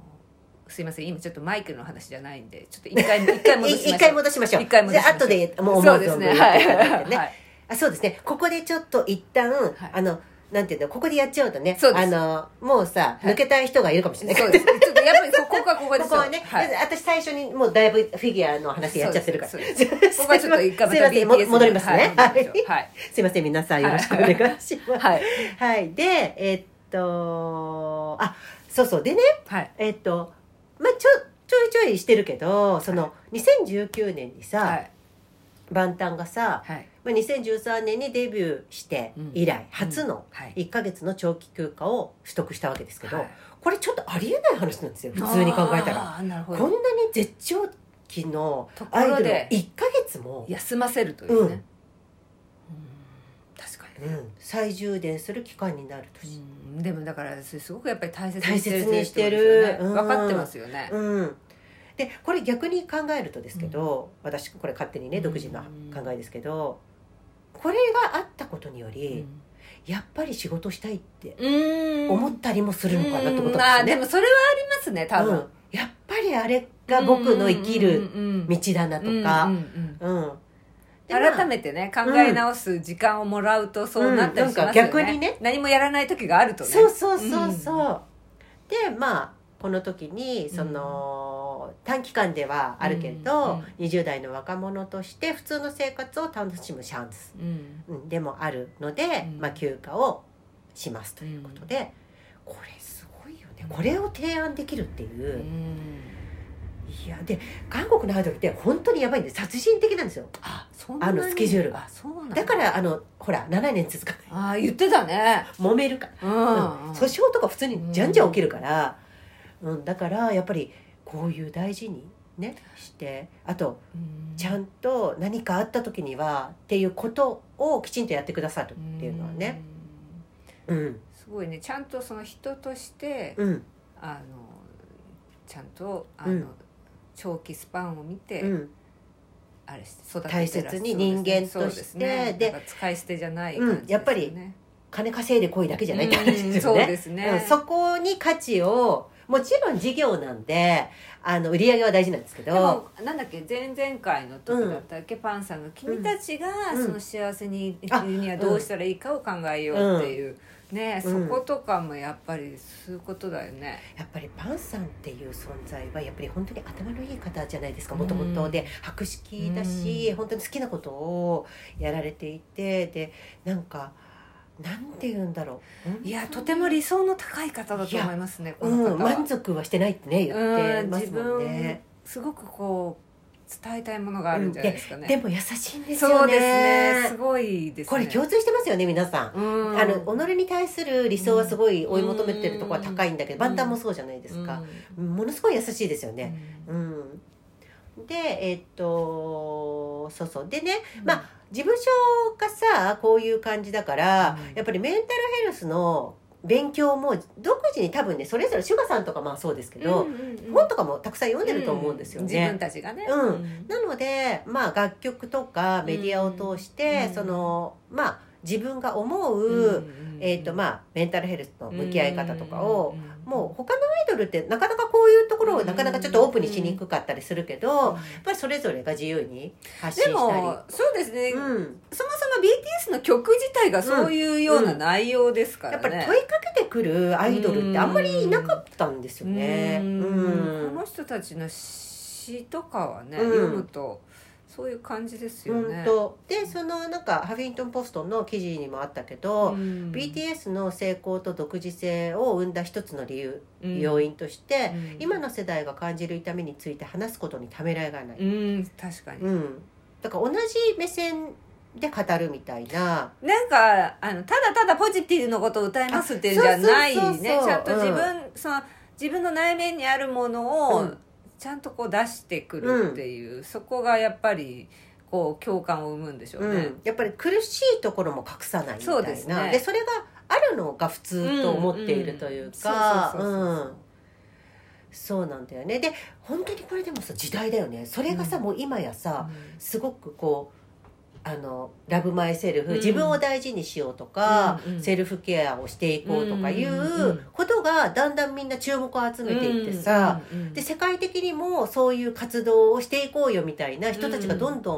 すいません今ちょっとマイケルの話じゃないんでちょっと一回一回戻しましょう一回戻しましょう一回戻しましょうで後でもう思そううです存分ね言っていはいただいてね、はいあそうですねここでちょっと一旦、いあのなんていうのここでやっちゃうとねそうですあのもうさ、はい抜けたい人がいるかもしれないそうですちょっとやっぱりここがここですここはね、私最初にもうだいぶフィギュアの話やっちゃってるからそこうですこ僕はちょっと一回すいませんも戻りますね、ははいい、はいすいません皆さんよろしくお願いします、はいはい、でえっとあそうそうでねはいえっとまあちょちょいちょいしてるけどその2019年にさ、はい万端がさ、はいまあ、2013年にデビューして以来初のはい1ヶ月の長期休暇を取得したわけですけど、はいこれちょっとありえない話なんですよ普通に考えたら。あーなるほこんなどに絶頂期のとこアイドろルをで1ヶ月も、休ませるというね、うん確かに、うん再充電する期間になるとしうんでもだからそれすごくやっぱり大切大切にしてるってことでうすよねん分かってますよね、うん、でこれ逆に考えるとですけど、私これ勝手にね独自の考えですけど、これがあったことにより、やっぱり仕事したいってうん思ったりもするのかなってことうんであすーでね。もそれはありますね多う分、んやっぱりあれが僕の生きる道だなとか、うんうんうんうんでまあ改めてね考え直す時間をもらうとそうなったりしますようんなね、んか逆にね何もやらない時があるとねそうそうそうそう、でまあこの時にその、短期間ではあるけど、20代の若者として普通の生活を楽しむチャンス、うんうん、でもあるので、うんまあ、休暇をしますということで、これすごいよねこれを提案できるっていうう、んいやで韓国のアイドルって本当にやばいんで殺人的なんですよあそんなにあのスケジュールがあそうなんだからあのほら7年続かないああ言ってたね揉めるからうん、訴訟とか普通にじゃんじゃん起きるから、うんだからやっぱりこういう大事にねしてあとうんちゃんと何かあった時にはっていうことをきちんとやってくださるっていうのはねうんうんすごいねちゃんとその人として、うんあのちゃんとあの、うん長期スパンを見て、うんあれして育てて大切に人間としてそうですねでなんか使い捨てじゃないうん感じですよね、やっぱり金稼いでこいだけじゃないって話ですようんそうね。ですうんね、そこに価値をもちろん事業なんであの売り上げは大事なんですけでどもなんだっけ前々回の時だったっけ、パンさんが「君たちがうんその幸せにあ生きるにはどうしたらいいかを考えよう」っていう、ねそうんことかもやっぱりそういうことだよね。やっぱりパンさんっていう存在はやっぱり本当に頭のいい方じゃないですかもともとで博識だし、うん本当に好きなことをやられていてでなんかなんて言うんだろういやとても理想の高い方だと思いますねこうのん、方は、満足はしてないってね言ってうんますもんね、すごくこう伝えたいものがあるんじゃないですかね。でも優しいんですそようねですねすごいですね。これ共通してますよね皆さん、うんあの己に対する理想はすごい追い求めてるところは高いんだけど、うん万端もそうじゃないですか、ものすごい優しいですよね、うん、でえっとそうそうでねうんまあ事務所がさこういう感じだから、うんやっぱりメンタルヘルスの勉強も独自に多分ねそれぞれシュガさんとかまあそうですけど、うんうんうん本とかもたくさん読んでると思うんですよ自分ね。たちがね。うんんなので、まあ、楽曲とかメディアを通して、うんそのまあ自分が思う、えっとまああ、メンタルヘルスの向き合い方とかを、もう他のアイドルってなかなかこういうところをなかなかちょっとオープンにしにくかったりするけど、やっぱりそれぞれが自由に発で信したり。もそうですね、うん、そもそも BTS の曲自体がそういうような内容ですかやらっね、ぱり問いかけてくるアイドルってあんまりいなかったんですよね。ううんんこの人たちの詩とかはね、うん読むとそういう感じですようんね、とでそのなんかハフィントン・ポストの記事にもあったけど、うん BTS の成功と独自性を生んだ一つの理由、うん要因として、うん今の世代が感じる痛みについて話すことにためらいがない。うん確かに、うん、だから同じ目線で語るみたいな、なんかあのただただポジティブのことを歌いますっていうんじゃないあそうそうそうねそうちゃんとうん自分、その自分の内面にあるものうをんちゃんとこう出してくるっていう、そこがやっぱりこう共感を生むんでしょううねん、、やっぱり苦しいところも隠さないみたいそなうですで、ねそれがあるのが普通と思っているというかうんうんうんそうなんだよねで本当にこれでもさ時代だよねそれがさ、うんもう今やさすごくこうあのラブマイセルフ、自分を大事にしようとか、うんうんセルフケアをしていこうとかいんうんうことがだんだんみんな注目を集めていってさ、うんうんうんで世界的にもそういう活動をしていこうよみたいな人たちがどんどん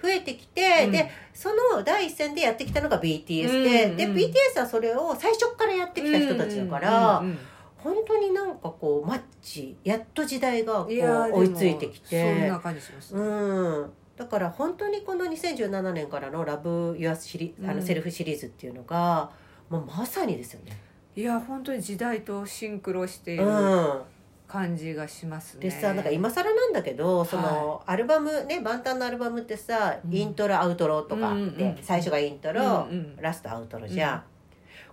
増えてきて、うんでその第一線でやってきたのが BTS で、うんでうん BTS はそれを最初からやってきた人たちだから、うんうんうん本当になんかこうマッチやっと時代がこいやーう追いついてきでもそんてな感じします、うんだから本当にこの2017年からの「ラブユアシリあうのんセルフシリーズっていうのが、もうまさにですよね。いや本当に時代とシンクロしているうん感じがしますね。でさなんか今更なんだけどそのアルバムね万端のアルバムってさうんイントロアウトロとかうんっうんうんて最初がイントロうんうんラストアウトロじゃん。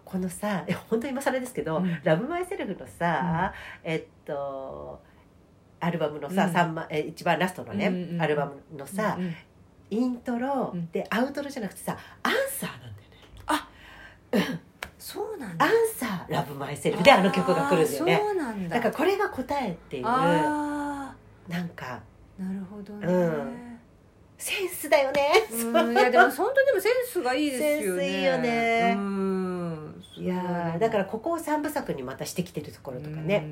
このさえ本当今更ですけどう「んラブマイセルフのさえっとアルバムのうさん三番え一番ラストのうんうんうねんアルバムのさうんうんイントロうんでアウトロじゃなくてさアンサーなんだよね。そうなんアだンサーラブマイセルフであの曲が来るんだよあーね。そうなんだだからこれが答えっていうなあんかあなるほどね、うんセンスだよね。うんいやでも本当でもセンスがいいですよね。センスいいよねうん。 いやーだからここを三部作にまたしてきてるところとかね。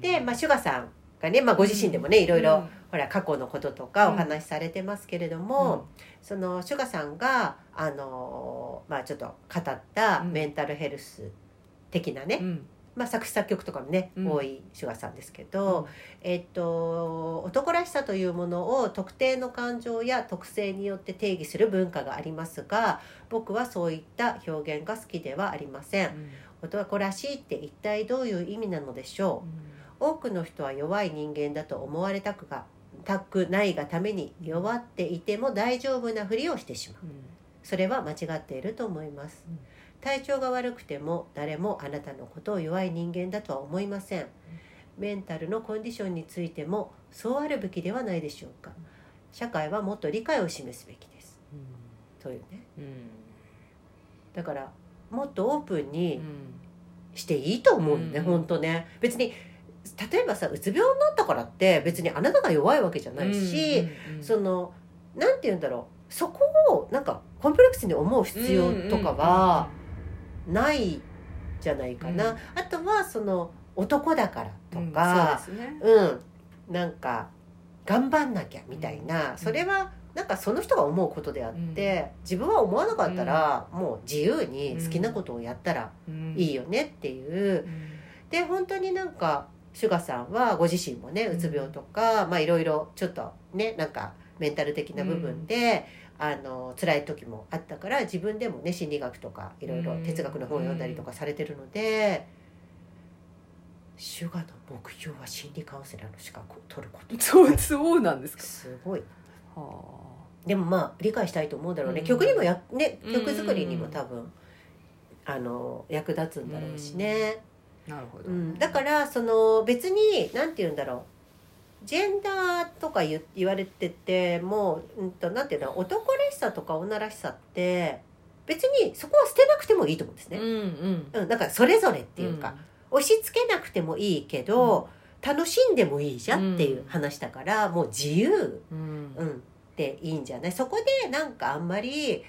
で、まあ、シュガさんがね、まあ、ご自身でもねいいろいろ、ほら過去のこととかうんお話しされてますけれども、うそのシュガさんがあのーまあちょっと語ったメンタルヘルス的なね、んうんまあ、作詞作曲とかもね、うん多いシュガさんですけど、えっと、男らしさというものを特定の感情や特性によって定義する文化がありますが僕はそういった表現が好きではありません。男らしいって一体どういう意味なのでしょう多くの人は弱い人間だと思われたくがたくないがために弱っていても大丈夫なふりをしてしまうそれは間違っていると思いますうん体調が悪くても誰もあなたのことを弱い人間だとは思いませんメンタルのコンディションについてもそうあるべきではないでしょうか社会はもっと理解を示すべきですというねうんうんだからもっとオープンに、うんしていいと思うね、うん本当ね別に例えばさうつ病になったからって別にあなたが弱いわけじゃないし、、うんうんそのなんて言うんだろうそこをなんかコンプレックスに思う必要とかはないじゃないかな、うんあとはその男だからとうんか、そうですねうんなんか頑張んなきゃみたいな、それはなんかその人が思うことであって、自分は思わなかったら、もう自由に好きなことをやったらいいよねっていう。うんで本当になんかシュガさんはご自身もねうつ病とか、まあいろいろちょっとねなんかメンタル的な部分で、あの辛い時もあったから自分でもね心理学とかいろいろうん哲学の本を読んだりとかされてるので、シュガの目標は心理カウンセラーの資格を取ることそうそうなんですか。すごいはでもまあ理解したいと思うだろうね、うん曲にもやねうん曲作りにも多分、あの役立つんだろうしね。あなるほど。うん、だからその別に何て言うんだろうジェンダーとか言言われててもう、うん、となんていうの男らしさとか女らしさって別にそこは捨てなくてもいいと思うんですねうん。うん。うん、なんかそれぞれっていうか、押し付けなくてもいいけど、楽しんでもいいじゃんっていう話だから、もう自由、うん。うん、っていいんじゃないそこでなんかあんまり、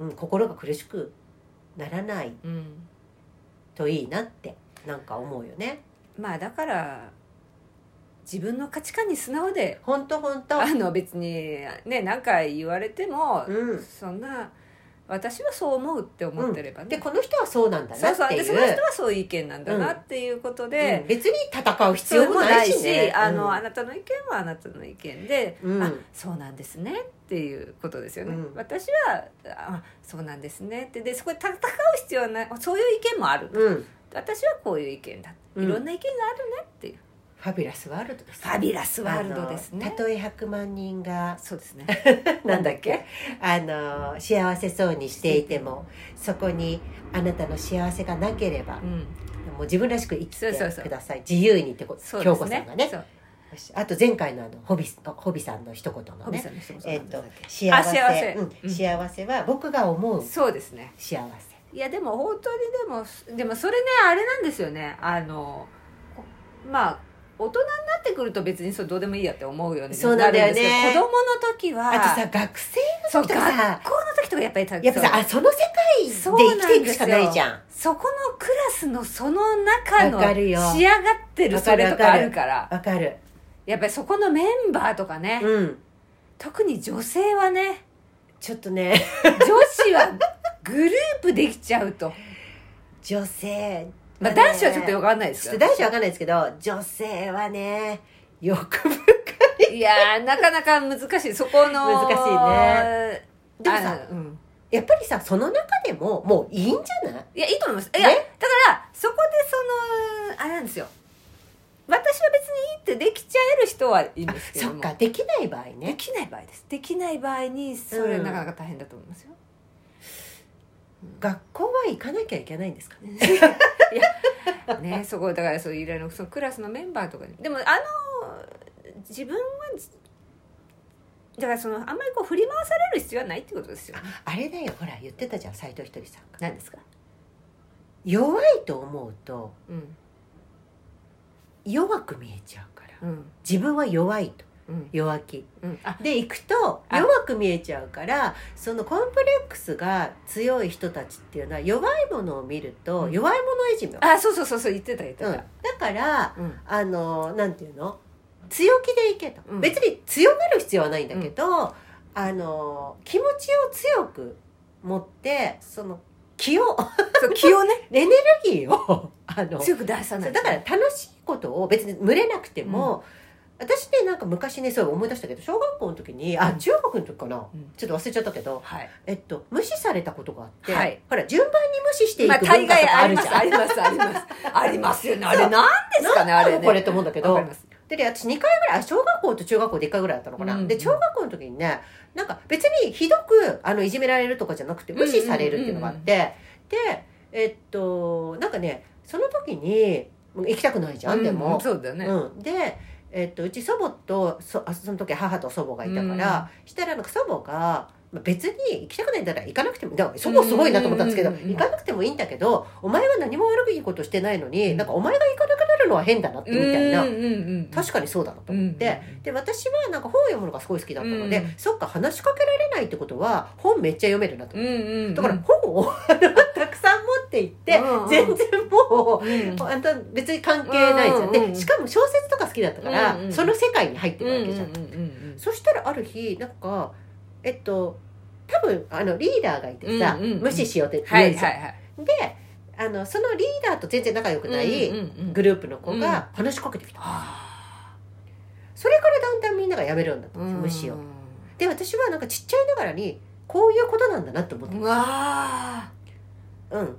うん、心が苦しくならないうん。といいなってなんか思うよね。まあだから自分の価値観に素直でほんとほんとあの別にね何か言われても、うん、そんな私はそう思うって思ってればね、でこの人はそうなんだそなうそうっていうでその人はそういう意見なんだなっていうことうでん、別に戦う必必要要ももなないいし、し、ね、あのうんあなたの意見はあなたの意見で、うんあそうなんですねっていうことですよね、うん私はあそうなんですねってでそこで戦う必要はないそういう意見もある、うん私はこういう意見だ、うんいろんな意見があるねっていうファビュラスワールドですファビュラスワールドですあのねたとえ100万人がそうですねなんだっけあの幸せそうにしていてもそこにあなたの幸せがなければ、うん、もう自分らしく生きてくだそうさいそうそう自由にってこそう京で子すさんねがねそうあと前回のあのホビホビさんの一言のホビねさんの人もそうえなっんとだけ幸あせ幸せうんうん幸せは僕が思うそうですね幸せいやでも本当にでもでもそれねあれなんですよねあのこまあ大人になってくると別にそれどうでもいいやって思うようにそうなんだよねなるんですけど子供の時はあとさ学生そうとか学校さの時とかやっぱりたやっぱさそうあその世界で生きていくしかないじゃんそこのクラスのその中のわかる仕よ上がってるそれとかあるからわかるやっぱりそこのメンバーとかね、うん特に女性はねちょっとね 女子はグループできちゃうと、女性まあ、男子はちょっとよくくわかんないですちょけっとど男子はわかんないですけど女性はね欲深いいやーなかなか難しいそこの難しいねでもさうん、 やっぱりさその中でももういいんじゃないいやいいと思いますいや、ねだからそこでそのあれなんですよ私は別にいいってできちゃえる人はいいんですけそどっもかできない場合でねきない場合ですできない場合にそれうんなかなか大変だと思いますよ、学校は行かなきゃいけないんですかねねそこだからそういう依頼のそのクラスのメンバーとかにでもあの自分はだからそのあんまりこう振り回される必要はないってことですよ、ね、あれだよほら言ってたじゃん斉藤ひとりさんが何ですか、弱いと思うとうん弱く見えちゃうからうん自分は弱いとうん弱気うん、あで行くとあ弱く見えちゃうからそのコンプレックスが強い人たちっていうのは弱いものを見るとうん弱いものいじめを、あそうそうそうそう言ってた言ってうん、ただ、からうんあのなんていうの強気でいけと、うん別に強がる必要はないんだけど、あの気持ちを強く持ってその気をそう気をね エネルギーをあの強く出さなそういだから楽しいことを別に群れなくても、私ねなんか昔ねそう思い出したけど小学校の時にあ中学の時かな、うんちょっと忘れちゃったけど、はいえっと、無視されたことがあって、はいほら順番に無視していまあく文大化と概かあありるまじすゃん。ありますありますありますよねあそれうなんですかねあれねこれと思うんだけどわかりますで私2回ぐらいあ小学校と中学校で1回ぐらいだったのかな、うんで小学校の時にねなんか別にひどくあのいじめられるとかじゃなくて無視されるっていうのがあって、でえっとなんかねその時にもう行きたくないじゃん、でうもん、そうだよね、うん、で、えっと、うち祖母とそあその時母と祖母がいたから、したらなんか祖母がまあ別に行きたくないなら行かなくてもだから祖母すごいなと思ったんですけど、うんうんうんうん行かなくてもいいんだけどお前は何も悪いことしてないのに、うんなんかお前が行かなくなるのは変だなってみたいな、うんうんうん、確かにそうだなと思って。うんで私はなんか本を読むのがすごい好きだったので、うんそっか話しかけられないってことは本めっちゃ読めるなと思ってうんうんうん、だから本を たくさん持って行って、うんうん全然もう、うんあんた別に関係ないじゃん。うんうんうんでしかも小説とか好きだったから、うんうんその世界に入ってうんるうわんけうんじゃん。うんそしたらある日なんかえっと多分あのリーダーがいてさ、うんうんうん無視しようっては言ういじゃん。はいはいであのそのリーダーと全然仲良くないグループループの子が話しかけてきた、あそれからだんだんみんながやめるようになったんですよ、無視を。で私はなんかちっちゃいながらにこういうことなんだなと思ってうわうん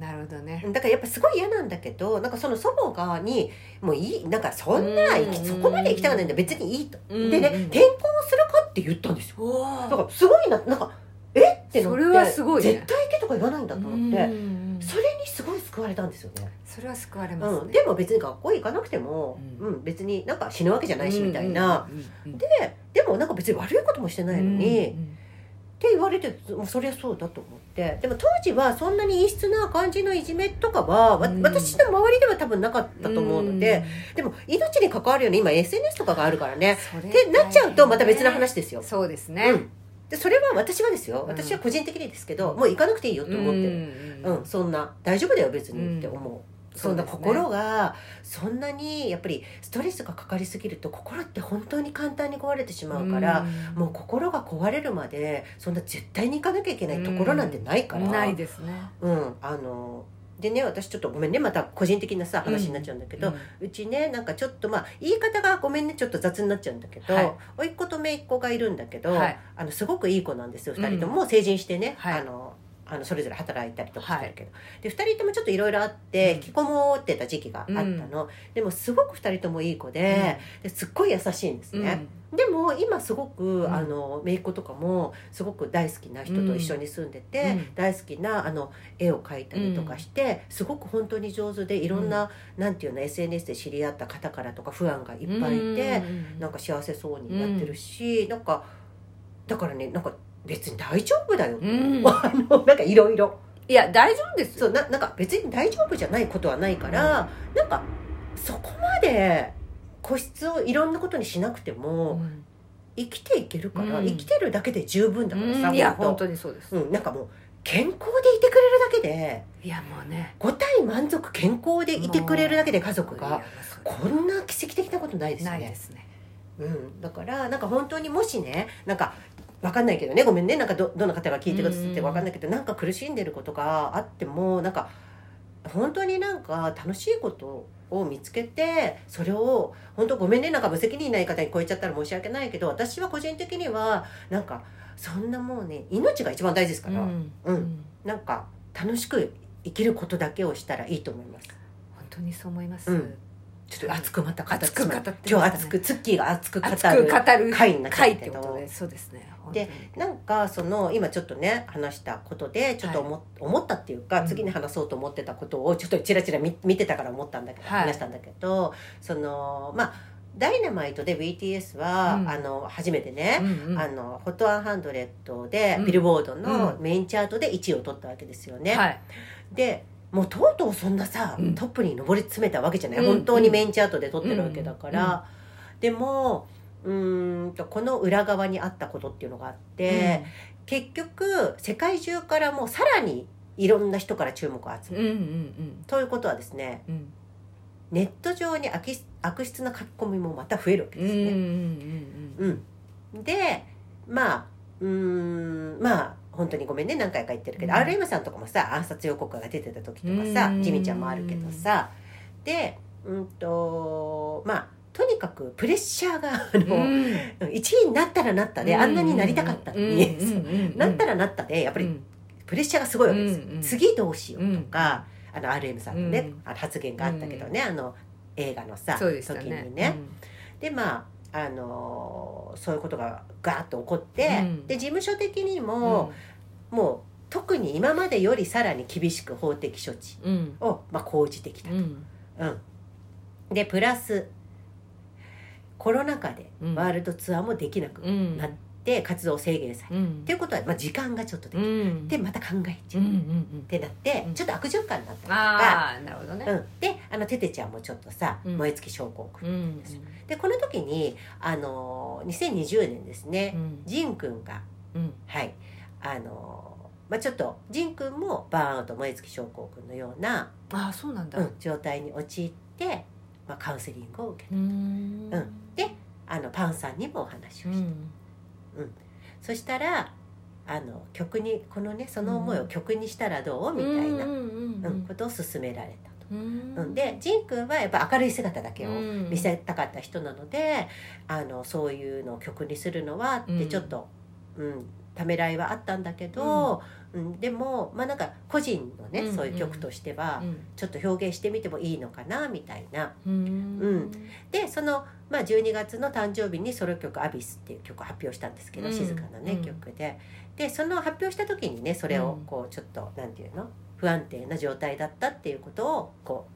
ーなるほどねだからやっぱすごい嫌なんだけどなんかその祖母がにもういいなんかそんな、うんそこまで行きたくないんだ別にいいと、うんでねうん転校するかって言ったんですようわだーからすごいななんかえってなってそれはすごいね絶対行けとか言わないんだと思って、うんうんうんそれにすごい救われたんですよね、それは救われますね、うん、でも別に学校行かなくても、ううんん別になんか死ぬわけじゃないしみたいな、うんうんうんうん、ででもなんか別に悪いこともしてないのに、って言われてもうそりゃそうだと思ってでも当時はそんなに異質な感じのいじめとかは、わうん私の周りでは多分なかったと思うので、でも命に関わるように今 SNS とかがあるからねうん、ってなっちゃうとまた別の話話ですよ、そうですね、うん、でそれは私はですようん私は個人的にですけど、もう行かなくていいよと思ってる、うんうんそんな大丈夫だよ別にって思う、そんなそうですね心がそんなにやっぱりストレスがかかりすぎると心って本当に簡単に壊れてしまうから、んもう心が壊れるまでそんな絶対に行かなきゃいけないところなんてないから、うん、ないですねあのでね私ちょっとごめんねまた個人的なさ話になっちゃうんだけど、ううんちねなんかちょっとまあ言い方がごめんねちょっと雑になっちゃうんだけど、はい甥っ子と姪っ子がいるんだけど、はいあのすごくいい子なんですようん2人とも、もう成人してね、はいあのあのそれぞれ働いたりとかしてるけど、で2人ともちょっといろいろあって、うん引きこもってた時期があったの、でもすごく2人ともいい子で,、ですっごい優しいんですうね。んでも今すごく、んあの姪っ子とかもすごく大好きな人と一緒に住んでて、うん大好きなあの絵を描いたりとかして、すごく本当に上手でいろんな、なんていうの SNS で知り合った方からとか不安がいっぱいいて、うんなんか幸せそうにやってるし、なんかだからねなんか別に大丈夫だよ、うん あのなんかいろいろいや大丈夫ですよそうななんか別に大丈夫じゃないことはないから、なんかそこまで個室をいろんなことにしなくても。うん生きていけるから、うん生きてるだけで十分だからさ、うんいやほん本と当にそうです、うん、なんかもう健康でいてくれるだけでいやもうね五体満足健康でいてくれるだけで家族いやがまあこんな奇跡的なことないですそうよないねですねうん、だからなんか本当にもしねなんかわかんないけどねごめんねなんかどどんな方が聞いてくださってわかんないけど、なんか苦しんでることがあってもなんか本当になんか楽しいことを見つけてそれを本当ごめんねなんか無責任な言い方に超えちゃったら申し訳ないけど私は個人的にはなんかそんなもうね命が一番大事ですから、うんうんうんなんか楽しく生きることだけをしたらいいと思います。本当にそう思います、うんちょっと熱くまた語って熱く語まっってて今ま日したね熱くツッキーが熱く語る熱く語る回になっちゃった回っけてどことでそうですねでなんかその今ちょっとね話したことでちょっと思,、思ったっていうかうん次に話そうと思ってたことをちょっとちらちら見見てたから思ったんだけど、はい話したんだけどそのまあダイナマイトで BTS は、うんあの初めて本ね、当にうんうんあのホット100で、うんビルボードのうメインチャートで1位を取ったわけですよね。はいでもうとうとうそんなさ、うんトップに上り詰めたわけじゃない、うん本当にメインチャートで撮ってるわけだから、でもうーんとこの裏側にあったことっていうのがあって、結局世界中からもうさらにいろんな人から注目を集めうる、んうんうんということはですねうんうんネット上に悪質悪質な書き込みもまた増えるわけうんでうすんね。うんうんでまあうーんまあ本当にごめんね何回か言ってるけど、うん RM さんとかもさ暗殺予告が出てた時とかさ、うんジミちゃんもあるけどさでうんとまあとにかくプレッシャーがあうんの、1位になったらなったで、あんなになりたかったのに、うんうんうんうんなったらなったでやっぱうりんプレッシャーがすごいわけですよ、うんうん次どうしようとか、あの RM さんのね、うんあの発言があったけどね、あの映画のさ、そうでし時たねにね。でまあ、あのーそういうことがガーッと起こって、うんで事務所的にうも、もう特に今までよりさらに厳しく法的処置んうんを、まあ、講じてきたう、んうんでプラスコロナ禍でうんワールドツアーもできなくうんなって活動を制限される、うんっていうことは、まあ、時間がちょっとでうきる、んでまた考えちうゃんうう、っんてなって、うんちょっと悪循環になったりとうんか、ああなるほどうねん、であのテテちゃんもちょっとさ、うん燃え尽き症候群、うんでこの時にあの2020年ですね、うんジンくんがうんはいあの、まあ、ちょっとジンくんもバーンアウト燃え尽き症候群のような、ああそうなんだうん状態に陥って、まあ、カウンセリングを受けうた、んうんであのパンさんにもお話をして、うんそしたらあの曲にこのねその思いを曲にしたらどうみたいな、ううんんうんうんことを勧められたと。うんうん、でジンくんはやっぱ明るい姿だけをうん見せたかった人なので、あのそういうのを曲にするのはっうてんちょっと、うんためらいはあったんだけど、うんでもまあなんか個人のね、うんそういう曲としては、うんちょっと表現してみてもいいのかなみたいな。うんうんでその、まあ、12月の誕生日にソロ曲「アビスっていう曲を発表したんですけど、うん静かなね、うん曲で。でその発表した時にねそれをこうちょっと、なんていうの不安定な状態だったっていうことをこ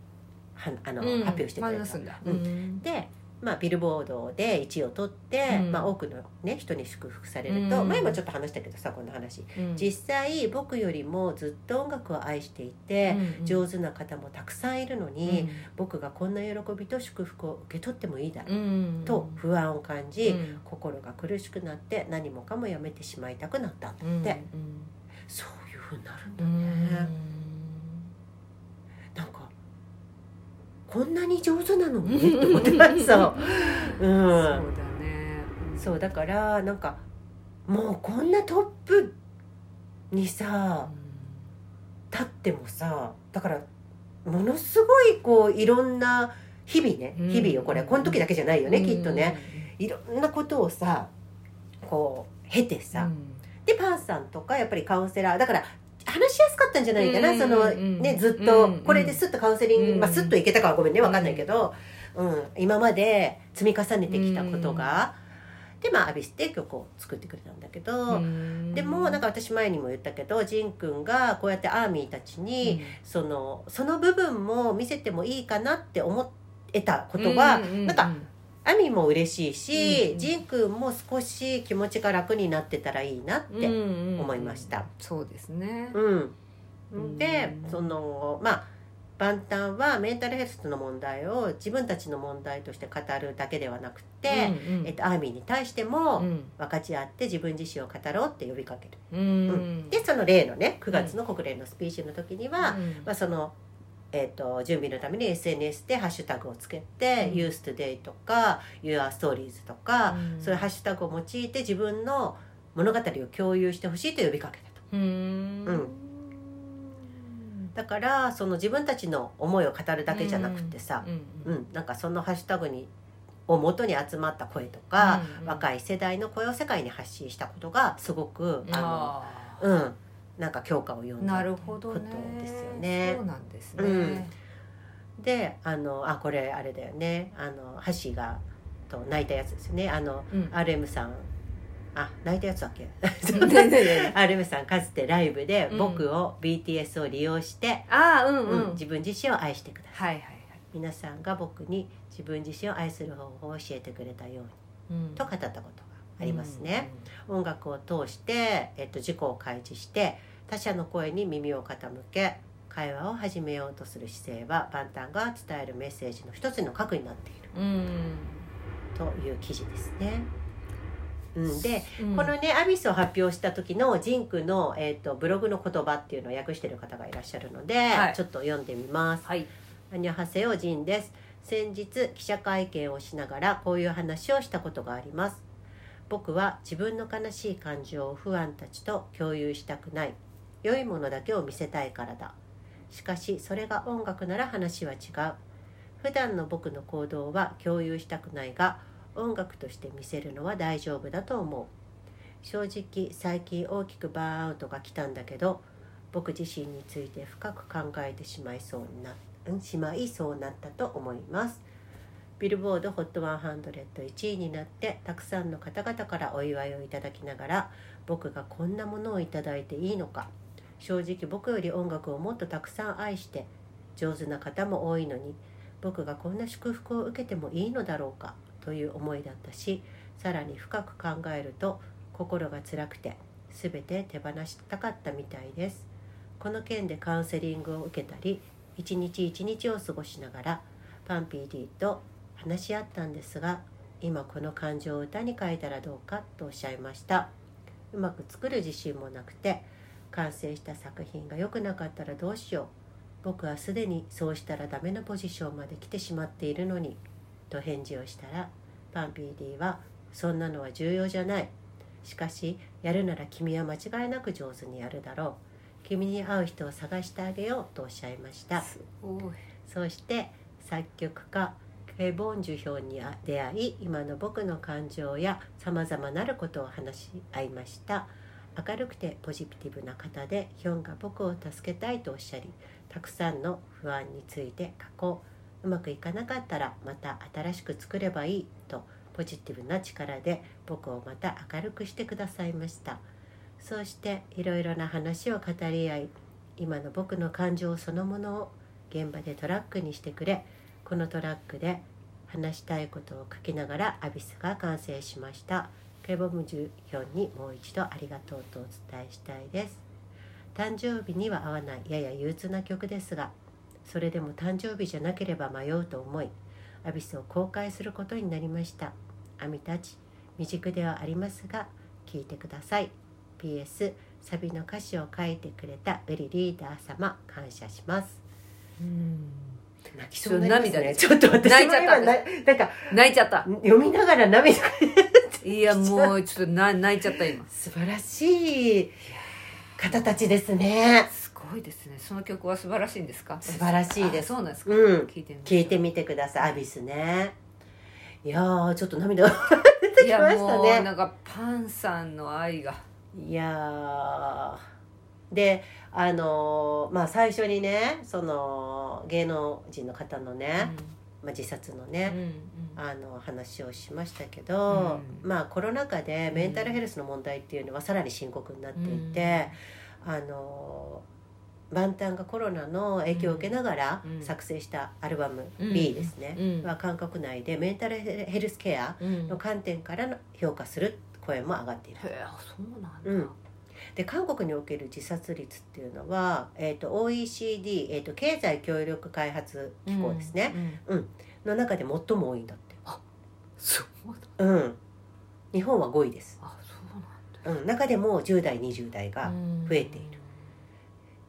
うはあの、うん発表してくれマイナたス。んだうんで、まあ、ビルボードで1位を取って、うんまあ、多くの、ね、人に祝福されると、うん前もちょっと話したけどさこの話うん実際僕よりもずっと音楽を愛していて、上手な方もたくさんいるのに、僕がこんな喜びと祝福を受け取ってもいいだろううんと不安を感じ、うん心が苦しくなって何もかもやめてしまいたくなったんだって、そういうふうになるんうだんね、なんかこんなに上手なのうんにねって思ってました うそうんだねそうだからなんかもうこんなトップにさ立ってもさだからものすごいこういろんな日々ねうん日々よこれこの時だけじゃないよねきっとねいろんなことをさこう経てさでパンさんとかやっぱりカウンセラーだから話しやすかったんじゃないかな、うんそのうんねずっうとんこれですっとカウンセリング、うんまあ、すっといけたかはごめんねわかんないけど、うん、今まで積み重ねてきたことが、でまあアビスって曲を作ってくれたんだけど、でもなんかか私前にも言ったけどジンくんがこうやってアーミーたちに、そのその部分も見せてもいいかなって思えたことが、なんかアミも嬉しいし、うんジンくんも少し気持ちが楽になってたらいいなって思思いました。そうですねうん、でうんそのまあ万端はメンタルヘルスの問題を自分たちの問題として語るだけではなくて、えっと、アーミーに対しても分かち合って自分自身を語ろうって呼びかける。でその例のね9月の国連のスピーチの時には、まあ、その、えー、と準備のために SNS でハッシュタグをつけて「うん YouthToday」とか「YourStories」とか、そういうハッシュタグを用いて自分の物語を共有してほしいと呼びかけたと。だからその自分たちの思いを語るだけじゃなくてさ、うんなんかそのハッシュタグにを元に集まった声とか、い若い世代の声を世界に発信したことがすごくああの、うん、なんか強化を呼んだなるほどねことですよねそうなんですうんねであのあこれあれだよねあの箸がと泣いたやつですよねあのうん RM さんあ泣いたやつだっけ ねねね RM さんかつてライブでうん僕を BTS を利用して、ああうんう、うんん自分自身を愛してくださいはいはいはい、皆さんが僕に自分自身を愛する方法を教えてくれたようにうんと語ったことがありますね、、音楽を通して、えっと、自己を開示して他者の声に耳を傾け会話を始めようとする姿勢は万端が伝えるメッセージの一つの核になっているうんうんという記事ですね。うん、でうんこのね、アビスを発表した時のジンクの、えっとブログの言葉っていうのを訳してる方がいらっしゃるので、はいちょっと読んでみます。はいアニョハセヨジンです。先日記者会見をしながらこういう話をしたことがあります。僕は自分の悲しい感情を不安たちと共有したくない。良いものだけを見せたいからだ。しかしそれが音楽なら話は違う。普段の僕の行動は共有したくないが、音楽として見せるのは大丈夫だと思う。正直最近大きくバーンアウトが来たんだけど、僕自身について深く考えてしまいそうになった。しまいそうなったと思いますビルボード HOT1001 位になってたくさんの方々からお祝いをいただきながら僕がこんなものをいただいていいのか正直僕より音楽をもっとたくさん愛して上手な方も多いのに僕がこんな祝福を受けてもいいのだろうかという思いだったしさらに深く考えると心が辛くて全て手放したかったみたいですこの件でカウンセリングを受けたり一日一日を過ごしながらパン PD と話し合ったんですが今この感情を歌に変えたらどうかとおっしゃいましたうまく作る自信もなくて完成した作品が良くなかったらどうしよう僕はすでにそうしたらダメなポジションまで来てしまっているのにと返事をしたらパン PD はそんなのは重要じゃないしかしやるなら君は間違いなく上手にやるだろう君に合う人を探してあげようとおっしゃいましたすごいそして作曲家ケボンジュヒョンに出会い今の僕の感情やさまざまなることを話し合いました明るくてポジティブな方でヒョンが僕を助けたいとおっしゃりたくさんの不安について過去うまくいかなかったらまた新しく作ればいいとポジティブな力で僕をまた明るくしてくださいましたそうしていろいろな話を語り合い今の僕の感情そのものを現場でトラックにしてくれこのトラックで話したいことを書きながらアビスが完成しましたケボムジュヒョンにもう一度ありがとうとお伝えしたいです誕生日には合わないやや憂鬱な曲ですがそれでも誕生日じゃなければ迷うと思いアビスを公開することになりましたアミたち未熟ではありますが聞いてください PS サビの歌詞を書いてくれたウリリーダー様感謝します泣きそうになりますねちちょっと私泣いもちゃった今ななんか泣いちゃった読みながら涙がいやもうちょっとな泣いちゃった今素晴らしい方たちですねすごいですねその曲は素晴らしいんですか素晴らしいですあそうなんですか、うん聞いてみましょ聞ういてみてくださいアビスねいやーちょっと涙がいきましたやねもうなんかパンさんの愛がいやーであのーまあ最初にねその芸能人の方のね、まあ、自殺のうね、んあの話をしましたけど、うんまあコロナ禍でメンタルヘルスの問題っていうのはさらに深刻になっていて、あの万端がコロナの影響を受けながらうん作成したアルバムうん B ですね、うんは韓国内でメンタルヘルスケアうんうんの観点からの評価する声も上がっている。へえそうなんだ、うんで韓国における自殺率っていうのは、えー、と OECD、えー、と経済協力開発機構ですね、うんうんの中で最も多いんだって。そうなんだうん、日本は5位です。あそううなんだん、中でも10代20代が、うん増えている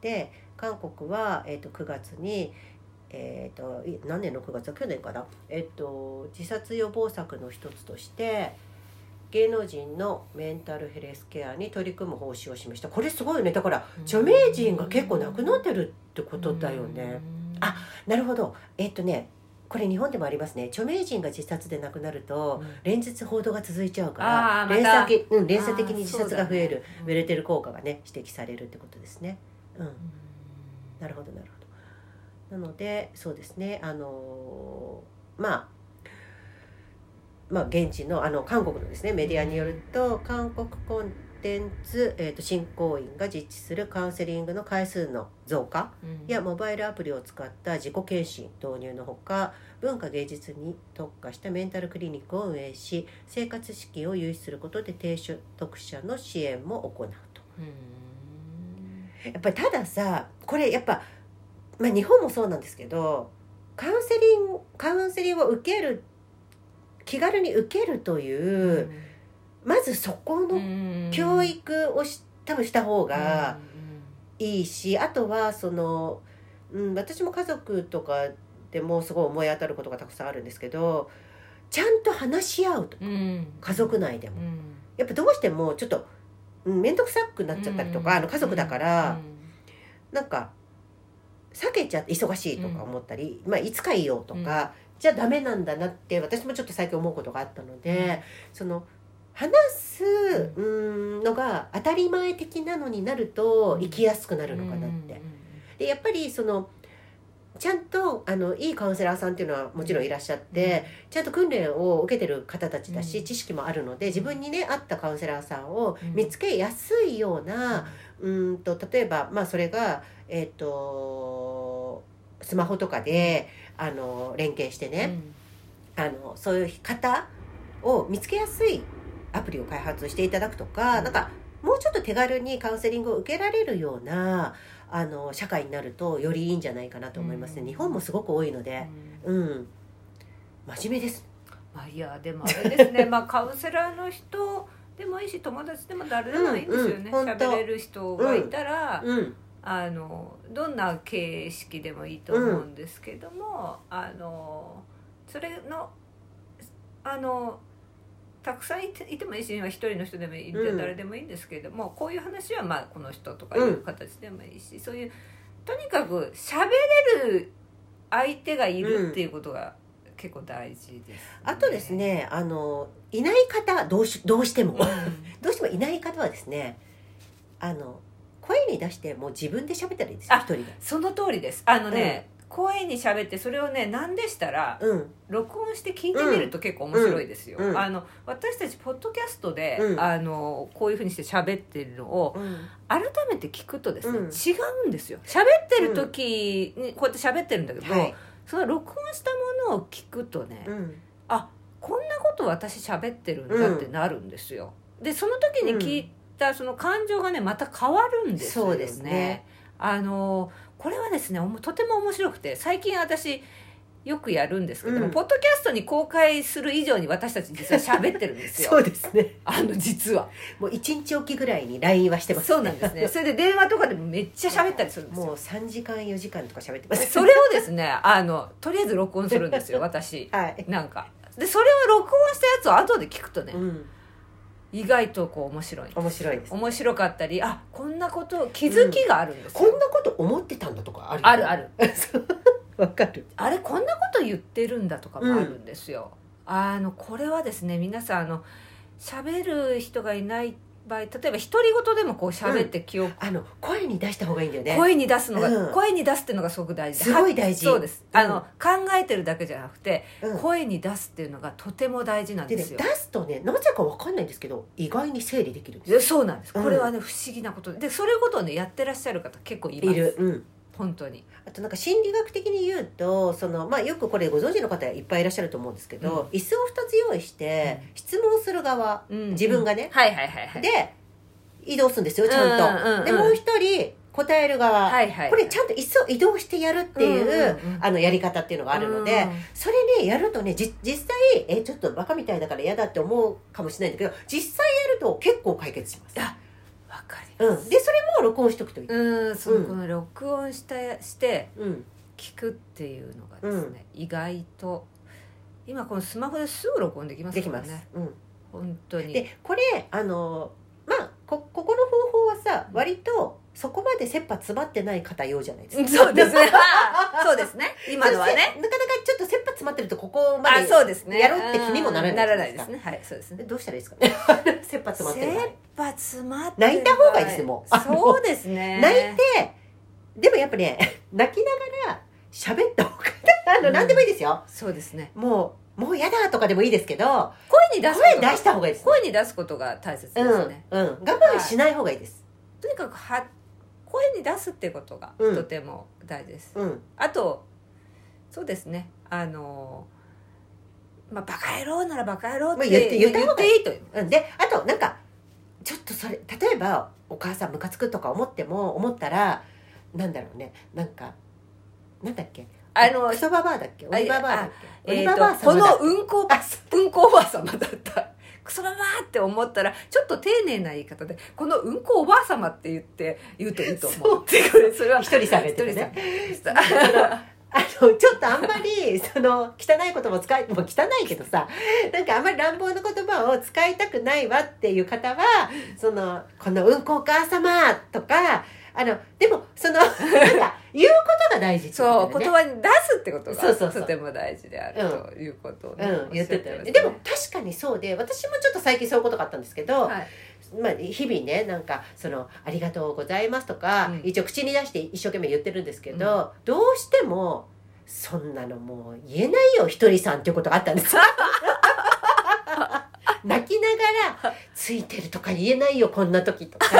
で韓国は、えー、と9月に、えー、とい何年の9月は去年かな、えー、と自殺予防策の一つとして芸能人のメンタルヘルスケアに取り組む方針を示したこれすごいよねだからうん著名人が結構亡くなってるってことだよね。うんあなるほどえっ、とねこれ日本でもありますね著名人が自殺で亡くなると、うん連日報道が続いちゃうかあらー連また鎖,、うん、連鎖的に自殺が増える、あーそうだねうんウェルテル効果がね指摘されるってことですね。うん、うんなるほどなるほど。なのでそうですねあのまあまあ、現地のあの韓国のですねメディアによると韓国コンテンツ、えー、と振興員が実施するカウンセリングの回数の増加やモバイルアプリを使った自己検診導入のほか文化芸術に特化したメンタルクリニックを運営し生活資金を融資することで低所得者の支援も行うと。やっぱりたださこれやっぱ、まあ、日本もそうなんですけどカウンセリングカウンセリングを受ける気軽に受けるという、まずそこの教育をし多分した方がいいし、あとはその、うん、私も家族とかでもすごい思い当たることがたくさんあるんですけどちゃんと話し合うと家族内でもやっぱどうしてもちょっとうん面倒、くさくなっちゃったりとか、あの家族だから、なんか避けちゃって忙しいとか思ったり、まあ、いつかいいよとか、じゃあダメなんだなって私もちょっと最近思うことがあったので。その話すうーんのが当たり前的なのになると生きやすくなるのかなって。でやっぱりそのちゃんとあのいいカウンセラーさんっていうのはもちろんいらっしゃって、ちゃんと訓練を受けてる方たちだし、うん知識もあるので自分にね合ったカウンセラーさんをうん見つけやすいような、うーんと例えば、まあ、それが、えっとスマホとかであの連携してね、あのそういう方を見つけやすいアプリを開発していただくとか、うんなんかもうちょっと手軽にカウンセリングを受けられるようなあの社会になるとよりいいんじゃないかなと思いますね、うん日本もすごく多いのでうん真面目ですまあいやでもあれですねまあカウンセラーの人でもいいし友達でも誰でもいいんですよねうんうん喋、本当れる人がいたら、うんあのどんな形式でもいいと思うんですけども、あのそれのあのたくさんいていてもいいし今一人の人でもいいんでうん誰でもいいんですけども、こういう話はまあこの人とかいう形でもいいし、そういうとにかく喋れる相手がいるっていうことが結構大事です、あとです。ねあのいない方どうしどうしても、うんどうしてもいない方はですねあの声に出してもう自分で喋ったらいいですあ一人で その通りです。あのね、声に喋ってそれをね何でしたら、うん録音して聞いてみると結構面白いですよ、うんうんあの私たちポッドキャストで、うんあのこういうふうにして喋ってるのをうん改めて聞くとですね、うん違うんですよ喋ってる時にこうやって喋ってるんだけど、はいその録音したものを聞くとね、うんあこんなこと私喋ってるんだってなるんですよ、でその時に聞いたその感情がねまた変わるんですよねそうですねあのこれはですねおもとても面白くて最近私よくやるんですけども、うんポッドキャストに公開する以上に私たち実は喋ってるんですそようですねあの実はもう一日おきぐらいに LINE はしてますそうなんで すねそれで電話とかでもめっちゃ喋ったりするんですよもう3時間4時間とか喋ってますそれをですねあのとりあえず録音するんですよ私 はい、なんかでそれを録音したやつを後で聞くとね、うん、意外とこう面白い面白いです面白かったりあこんなこと気づきがあるんですこよ、んなこと思ってたんだとかあるあるあ るそうわかるあれこんなこと言ってるんだとかもあるんですよ、あのこれはですね皆さんあの喋る人がいない場合例えば独り言でもこう喋って記憶、あの声に出した方がいいんだよね声に出すのが、うん声に出すっていうのがすごく大事すごい大事はそうです、あうのん考えてるだけじゃなくて、うん声に出すっていうのがとても大事なんででねすよ出すとねなぜかわかんないんですけど意外に整理できるんですでそうなんですうんこれはね、不思議なことででそういうことをねやってらっしゃる方結構いいまする、うん、本当にあとなんか心理学的に言うとその、まあ、よくこれご存知の方いっぱいいらっしゃると思うんですけど、椅子を2つ用意してう質問する側うん自分がねはいはいはいはいで移動するんですよちゃんと、うんうんうんでもう一人答える側、はいはい、これちゃんと椅子を移動してやるっていう,、うんうんうんあのやり方っていうのがあるので、それねやるとねじ実際えちょっとバカみたいだから嫌だって思うかもしれないんだけど実際やると結構解決します、あわかりうますん、でそれも録音しとくといい、うんそのうんこの録音したしてうん聞くっていうのがですね、意外と今このスマホですぐ録音できますできかまらす、ねうん、本当にでこれあのまあこここの方法はさ割とそこまで切羽詰まってない方用じゃないですか そうで すねそうですね今のはねなかなかちょっと切羽詰まってるとここまあでそうですねやろうって気にもならないならないですねはいそうですねえどうしたらいいですかね 切羽詰まってる場合切羽詰まって泣いた方がいいですねもうそうですね泣いてでもやっぱね泣きながら喋った方が あの、うん何でもいいですよそうですねもうもうやだとかでもいいですけど声に出すこと声出した方がいいです声に出すことが大切ですうね、んうん我慢しない方がいいです、とにかくは声に出すってことがうんとても大事です、うんあとそうですねあのまあバカ野郎ならバカ野郎っまあて言って言った方が言っていいうん、であとなんかちょっとそれ例えばお母さんムカつくとか思っても思ったらなんだろうねなんかなんだっけあのクソババアだっけオリババアだっけオとリえババアー、とこ様だの運行あそ運行おばあ様だったクソママって思ったらちょっと丁寧な言い方でこの運行おばあ様って言って言うといいと思うってこれそれは一人下げて一る人ね 下げてるあのちょっとあんまり その汚いことも使いもう汚いけどさなんかあんまり乱暴な言葉を使いたくないわっていう方はそのこのうんこお母様とかあのでも そのなんか言うことが大事ってことだよねそう言葉に出すってことそうそうがそうとても大事であるということをねうん、言ってたおよね。しゃまですも確かにそうで、私もちょっと最近そういうことがあったんですけど、はいまあ日々ね、なんかそのありがとうございますとか、うん一応口に出して一生懸命言ってるんですけど、どうしてもそんなのもう言えないよひとりさんっていうことがあったん です。泣きながらついてるとか言えないよこんな時と か。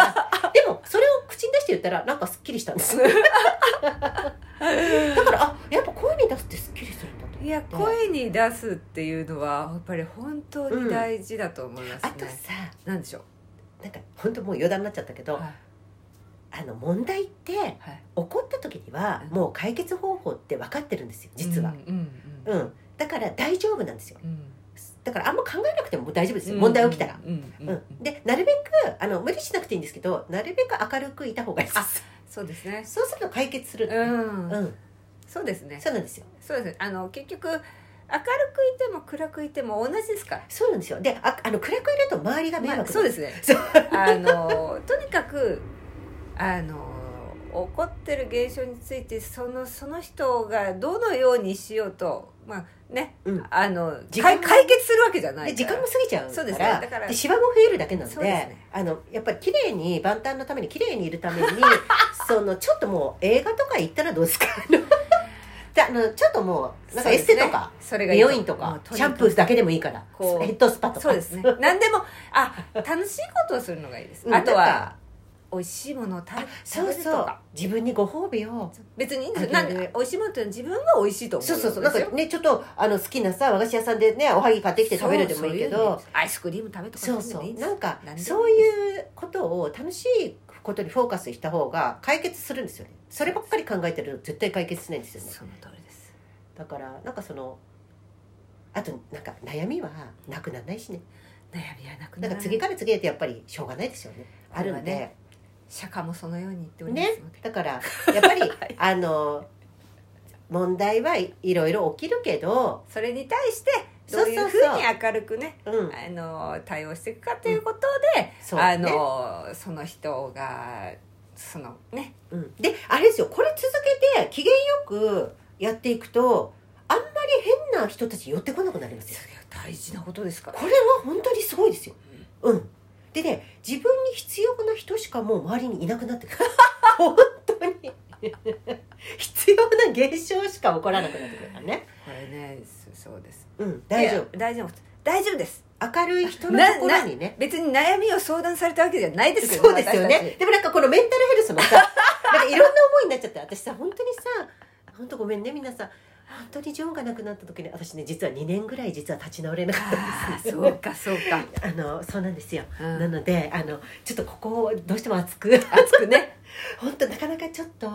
でもそれを口に出して言ったらなんかすっきりしたんです。 だからあやっぱ声に出すってすっきりするんだと思って。いや声に出すっていうのはやっぱり本当に大事だと思いますあねと、さ、なんでしょなんか本当もう余談になっちゃったけうど、はいあの問題ってはい怒った時にはうんもう解決方法って分かってるんですよ実は、うんううんんだから大丈夫なんですようんだからあんま考えなくても大丈夫ですうよ、ん問題起きたら、うんううんんうんでなるべくあの無理しなくていいんですけどなるべく明るくいた方がいいであすそうですねそうすると解決するんうだねうんん、そうですねそうなんですよそうですねあの結局明るくいても暗くいても同じですからそうなんですよでああの暗くいると周りが迷惑、まあ、そうですすねそうあのとにかくあの起こってる現象についてそのその人がどのようにしようとまあね、うんあの時間解解決するわけじゃないで時間も過ぎちゃうそうですかねらだからでシワも増えるだけなのでそうですねあのやっぱり綺麗に万端のために綺麗にいるために そのちょっともう映画とか行ったらどうですかであのちょっともうなんかエッセとか、そうですねそれがい美いと容院ともかうにシャンくプーだけでもいいからヘこうッドスパとかそうです ね何でもあ楽しいことをするのがいいです、うんあとなんはか美味しいものを食べ食そうべるとそうか自分にご褒美を別にいいんですよあなんげるで美味しいものっていうのは自分が美味しいと思うそうそうそうなんかですよねちょっとあの好きなさ和菓子屋さんでねおはぎ買ってきて食べるでもいいけそうそううのどですアイスクリーム食べとかそうそういうそ。のでいいうんですなよんか何でもいい、ですそういうことを楽しいことにフォーカスした方が解決するんですよね。そればっかり考えてると絶対解決しないんですよね。その通りですだから、なんかその、あと、なんか悩みはなくならないしね。悩みはなくなんならかない次から次へとやっぱりしょうがないですよね。あるんこれはでね。釈迦もそのように言っておりまねすので、。だから、やっ ぱり、あの、問題はいいろいろ起きるけど、それに対してそどううそういそううふうに明るくねうん。あの対応していくかということで、そうあねのその人がそのねうん、であれですよこれ続けて機嫌よくやっていくとあんまり変な人たち寄ってこなくなりますよそれは大事なことですからこれは本当にすごいですようんでね自分に必要な人しかもう周りにいなくなってくる 本当に 必要な現象しか起こらなくなってくるからねこれねそそうですうん大丈いや大丈夫大丈夫です夫明るい人のところにね別に悩みを相談されたわけじゃないですけどそうですよね。でもなんかこのメンタルヘルスのさ、 なんかいろんな思いになっちゃって、私さ、本当にさ、本当ごめんね、皆さん。本当にジョンが亡くなった時に、私ね、実は2年ぐらい実は立ち直れなかったんあであす。そうかそうか、あの、そうなんですよ。うんなので、あの、ちょっとここをどうしても熱く、熱くね本当なかなかちょっと、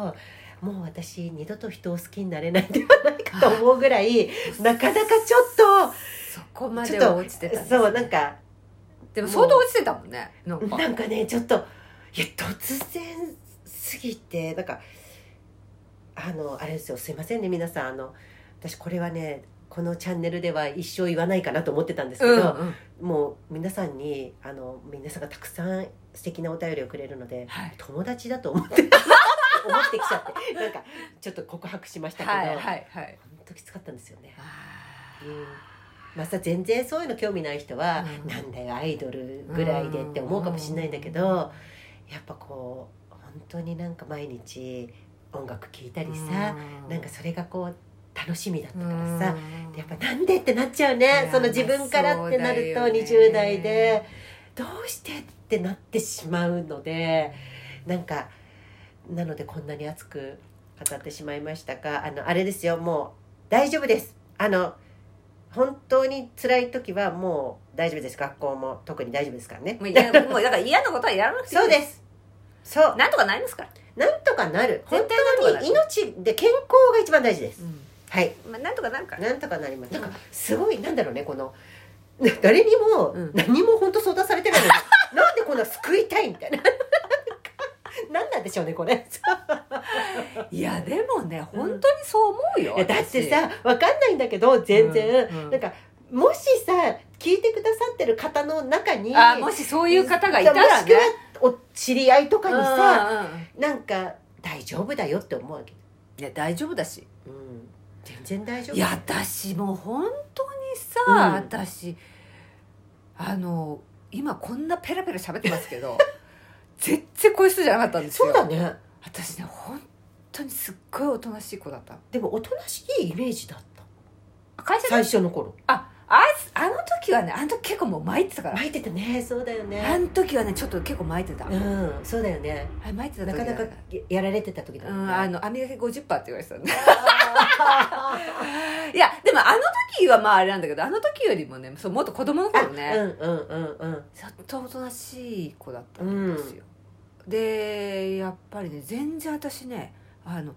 もう私二度と人を好きになれないんではないかと思うぐらい、なかなかちょっ そこまと、ちでょっと、落ちてたんですねそう、なんか、でも相当落ちてたもんねなんかなんかねちょっといや突然すぎてなんかあのあれですよすいませんね皆さんあの私これはねこのチャンネルでは一生言わないかなと思ってたんですけうんど、うんもう皆さんにあの皆さんがたくさん素敵なお便りをくれるのではい友達だと思って 思ってきちゃってなんかちょっと告白しましたけど、はいはいはい本当きつかったんですよね。あうんまあさ全然そういうの興味ない人は、うんなんだよアイドルぐらいでって思うかもしれないんだけど、うんやっぱこう本当になんか毎日音楽聴いたりさ、なんかそれがこう楽しみだったからさ、うんでやっぱなんでってなっちゃうねやその自分からってなるとそうだよね20代でどうしてってなってしまうのでなんかなのでこんなに熱く語ってしまいましたがあのあれですよもう大丈夫ですあの本当に辛い時はもう大丈夫です学校も特に大丈夫ですからねもう嫌なもうだから嫌なことはやらなくていいそうですそうなんとかなりますから、なんとかなる絶対なんとか本当なるに命で健康が一番大事ですはいまあ、なんとかなるからなんとかなります。なんかすごいなんだろうねこの 誰にもうん何も本当相談されてない のに、なんでこんな救いたいみたいな。 なんかなんなんでしょうねこれ。いやでもね本当にそう思うよ、いやだってさわかんないんだけど全然、うんうんなんかもしさ聞いてくださってる方の中に。あもしそういう方がいたもらしくねはお知り合いとかにさ、うんうんうんなんか大丈夫だよって思うわけ。いや大丈夫だしうん、全然大丈夫。いや私もう本当にさ、うん私あの今こんなペラペラ喋ってますけ ど全然こういう人じゃなかったんですよそうだね。私ね本当にすっごいおとなしい子だったでもおとなしいイメージだった。会社最で初の頃。ああいつあの時はねあの時結構もう巻いてたから巻いてたねそうだよあねの時はねちょっと結構巻いてた、うんそうだよねあ巻いてたな時かだなかやられてた時だうもんんねあの網掛け50%って言われてた んであいやでもあの時はまああれなんだけどあの時よりもねそうもっと子供の頃ねーうんうんうんずっとおとなしい子だったんですよ、でやっぱりね全然私ねあの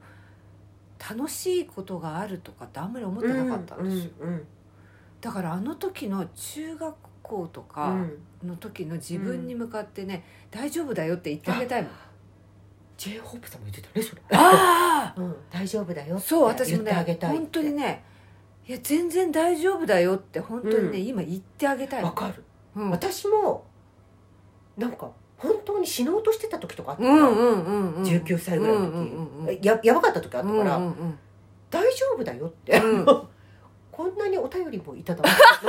楽しいことがあるとかってあんまり思っうてんなかったんですよ、うんだからあの時の中学校とうかんの時の自分に向かってね「大丈夫だよ」って言ってあげたいもん J ホープさんも言ってたねそれあうん大丈夫だよあってそう私言っもてあげねたいって本当にねいや全然大丈夫だよって本当にね、う今言ってあげたいわの、かるうん、私もなんか本当に死のうとしてた時とかあったうかんうらんうんうん19歳ぐらいのうんうんうんうん時ややばかった時あったかうんらうんうん大丈夫だよってうんこんなにお便りもいただいて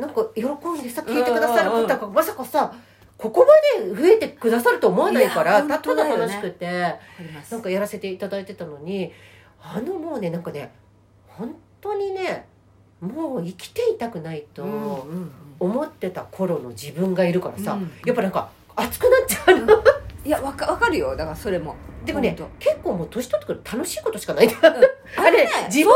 なんか 喜んでさ聞いてくださる方がまさかさここまで増えてくださると思わないかいらやたた本当だだよね楽しくて、わかりますなんかやらせていただいてたのにあのもうねなんかね本当にねもう生きていたくないとうんうんうん思ってた頃の自分がいるからさ、うんやっぱなんか熱くなっち ゃうの、いやわかわかるよだからそれもでもね本結構もう年取ってくると楽しいことしかないんだ、 当あれね自分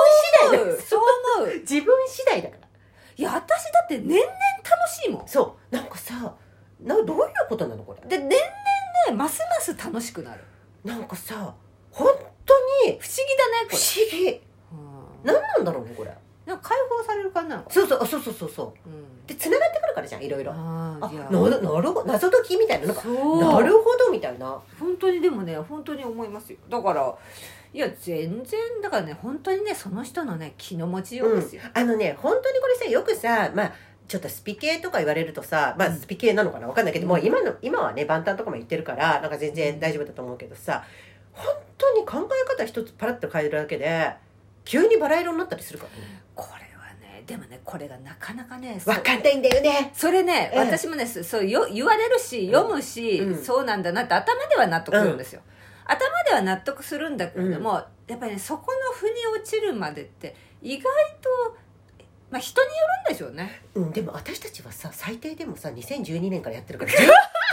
次第だそうそう思う自分次第だからいや私だって年々楽しいもんそうなんかさなどういうことなのこれで年々ねますます楽しくなるなんかさ本当に不思議だね不これ思議うん何なんだろうねこれなんか解放される感じなのかそうそうそうそうそうそなうで繋がってくるからじゃんいろいろああなーいやなるなるほど謎解きみたいななんかそうなるほどみたいな本当にでもね本当に思いますよだからいや全然だからね本当にねその人のね気の持ちようですよ、あのね本当にこれさよくさまあちょっとスピ系とか言われるとさまあスピ系なのかなわかんないけどもう今の今はね万端とかも言ってるからなんか全然大丈夫だと思うけどさ本当に考え方一つパラッと変えるだけで急にバラ色になったりするからねこれはねでもねこれがなかなかねわかんないんだよねそれね、ええ私もねそそうよ言われるしうん読むし、うんそうなんだなって頭では納得するんですよ、頭では納得するんだけれども、やっぱりねそこの腑に落ちるまでって意外とまあ人によるんでしょうねうん、でも私たちはさ最低でもさ2012年からやって るから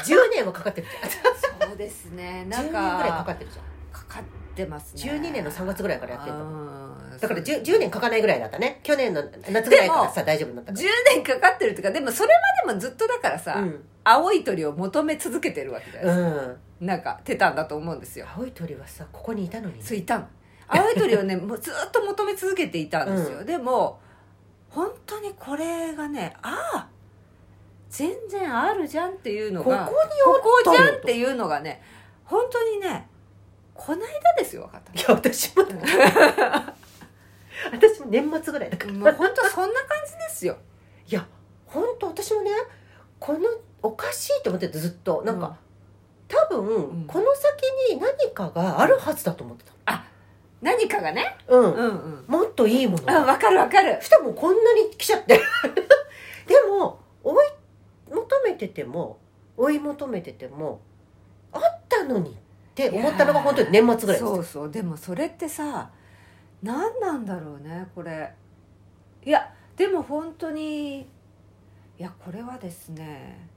10, 10年はかかってるじゃそうですねん10年ぐらいかかってるじゃんかかってますね12年の3月ぐらいからやってるのうんだから 10, 10 10年かかないぐらいだったね去年の夏ぐらいからさ大丈夫になったか年かかってるとかでもそれまでもずっとだからさ、らうん、青い鳥を求め続けてるわけじゃないでうん、すかなんかてたんだと思うんですよ青い鳥はさここにいたのにそういたの青い鳥をね もうずっと求め続けていたんですよ、うでも本当にこれがねああ全然あるじゃんっていうのここにがおここじったのゃんっていうのがね本当にねこないだですよ分かったいや私もだ 私も年末ぐらいだから のもう本当そんな感じですよいや本当私もねこのおかしいと思っててずっとなんか、うん多分、うんこの先に何かがあるはずだと思ってた何かがねうん、うんうんもっといいものあが分かる分かるしかもこんなに来ちゃって でも追い求めてても追い求めててもあったのにってって 思ったのが本当に年末ぐらいですそうそうでもそれってさ何なんだろうねこれいやでも本当にいやこれはですね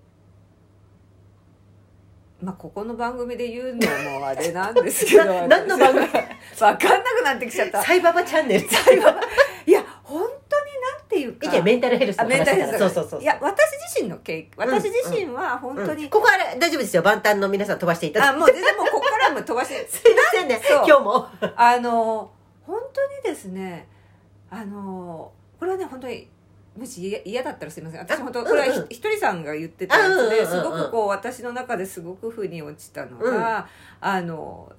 まあここの番組で言うのもあれなんですけな ど何の番組 分かんなくなってきちゃったサイババチャン ネル いや本当になんていうか以前メンタルヘルスあのメン話タルだヘからルスそうそうそういや私自身の経験うん私自身は本当に、うんここあれ大丈夫ですよ万端の皆さん飛ばしていただいあてもう全然もうここからも飛ばしてすいませんねそう今日もあの本当にですねあのこれはね本当にもし嫌嫌だったらすいません私あ本当これはうんうんひひとりさんが言ってたやつあうんうんうんうんですごくこう私の中ですごく腑に落ちたのが、あの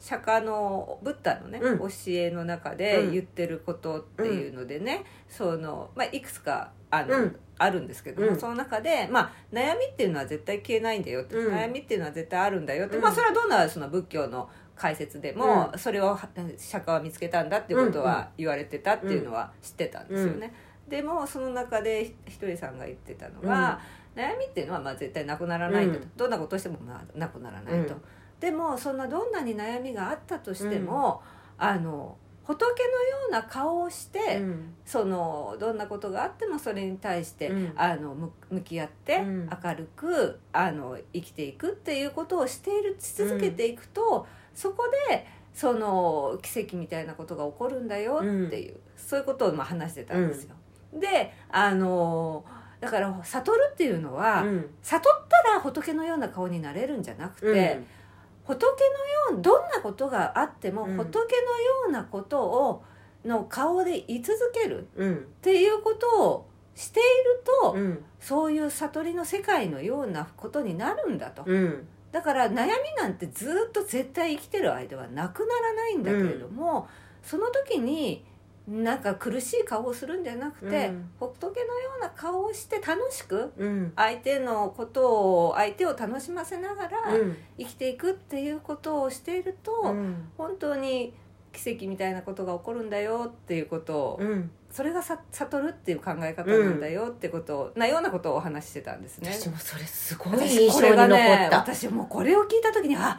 釈迦のブッダのね、うん教えの中でうん言ってることっていうのでね、そのまあ、いくつかあの、うんあるんですけども、うんその中で、まあ、悩みっていうのは絶対消えないんだよって、うん悩みっていうのは絶対あるんだよって、うんまあ、それはどんなその仏教の解説でも、それをは釈迦は見つけたんだっていうことうんうんは言われてたっていうのは知ってたんですよね。でもその中でひひとりさんが言ってたのが、悩みっていうのはまあ絶対なくならないんだと、うんどんなことをしてもまあなくならないと、うんでもそんなどんなに悩みがあったとしても、あの仏のような顔をして、うんそのどんなことがあってもそれに対して、うんあのむ向き合って、うん明るくあの生きていくっていうことをしているし続けていくと、そこでその奇跡みたいなことが起こるんだよっていう、そういうことをまあ話してたんですよ。であのだから悟るっていうのは、うん悟ったら仏のような顔になれるんじゃなくて、仏のようどんなことがあっても、うん仏のようなことをの顔で居続けるっうんていうことをしていると、うんそういう悟りの世界のようなことになるんだと、うんだから悩みなんてずっと絶対生きてる間はなくならないんだけれども、その時になんか苦しい顔をするんじゃなくて、うん仏のような顔をして楽しくうん相手のことを相手を楽しませながら、うん生きていくっていうことをしていると、うん本当に奇跡みたいなことが起こるんだよっていうことを、うんそれがさ悟るっていう考え方なんだよってことを、なようなことをお話ししてたんですね。私もそれすごい私印こ象れにが残ねった私もうこれを聞いた時にあ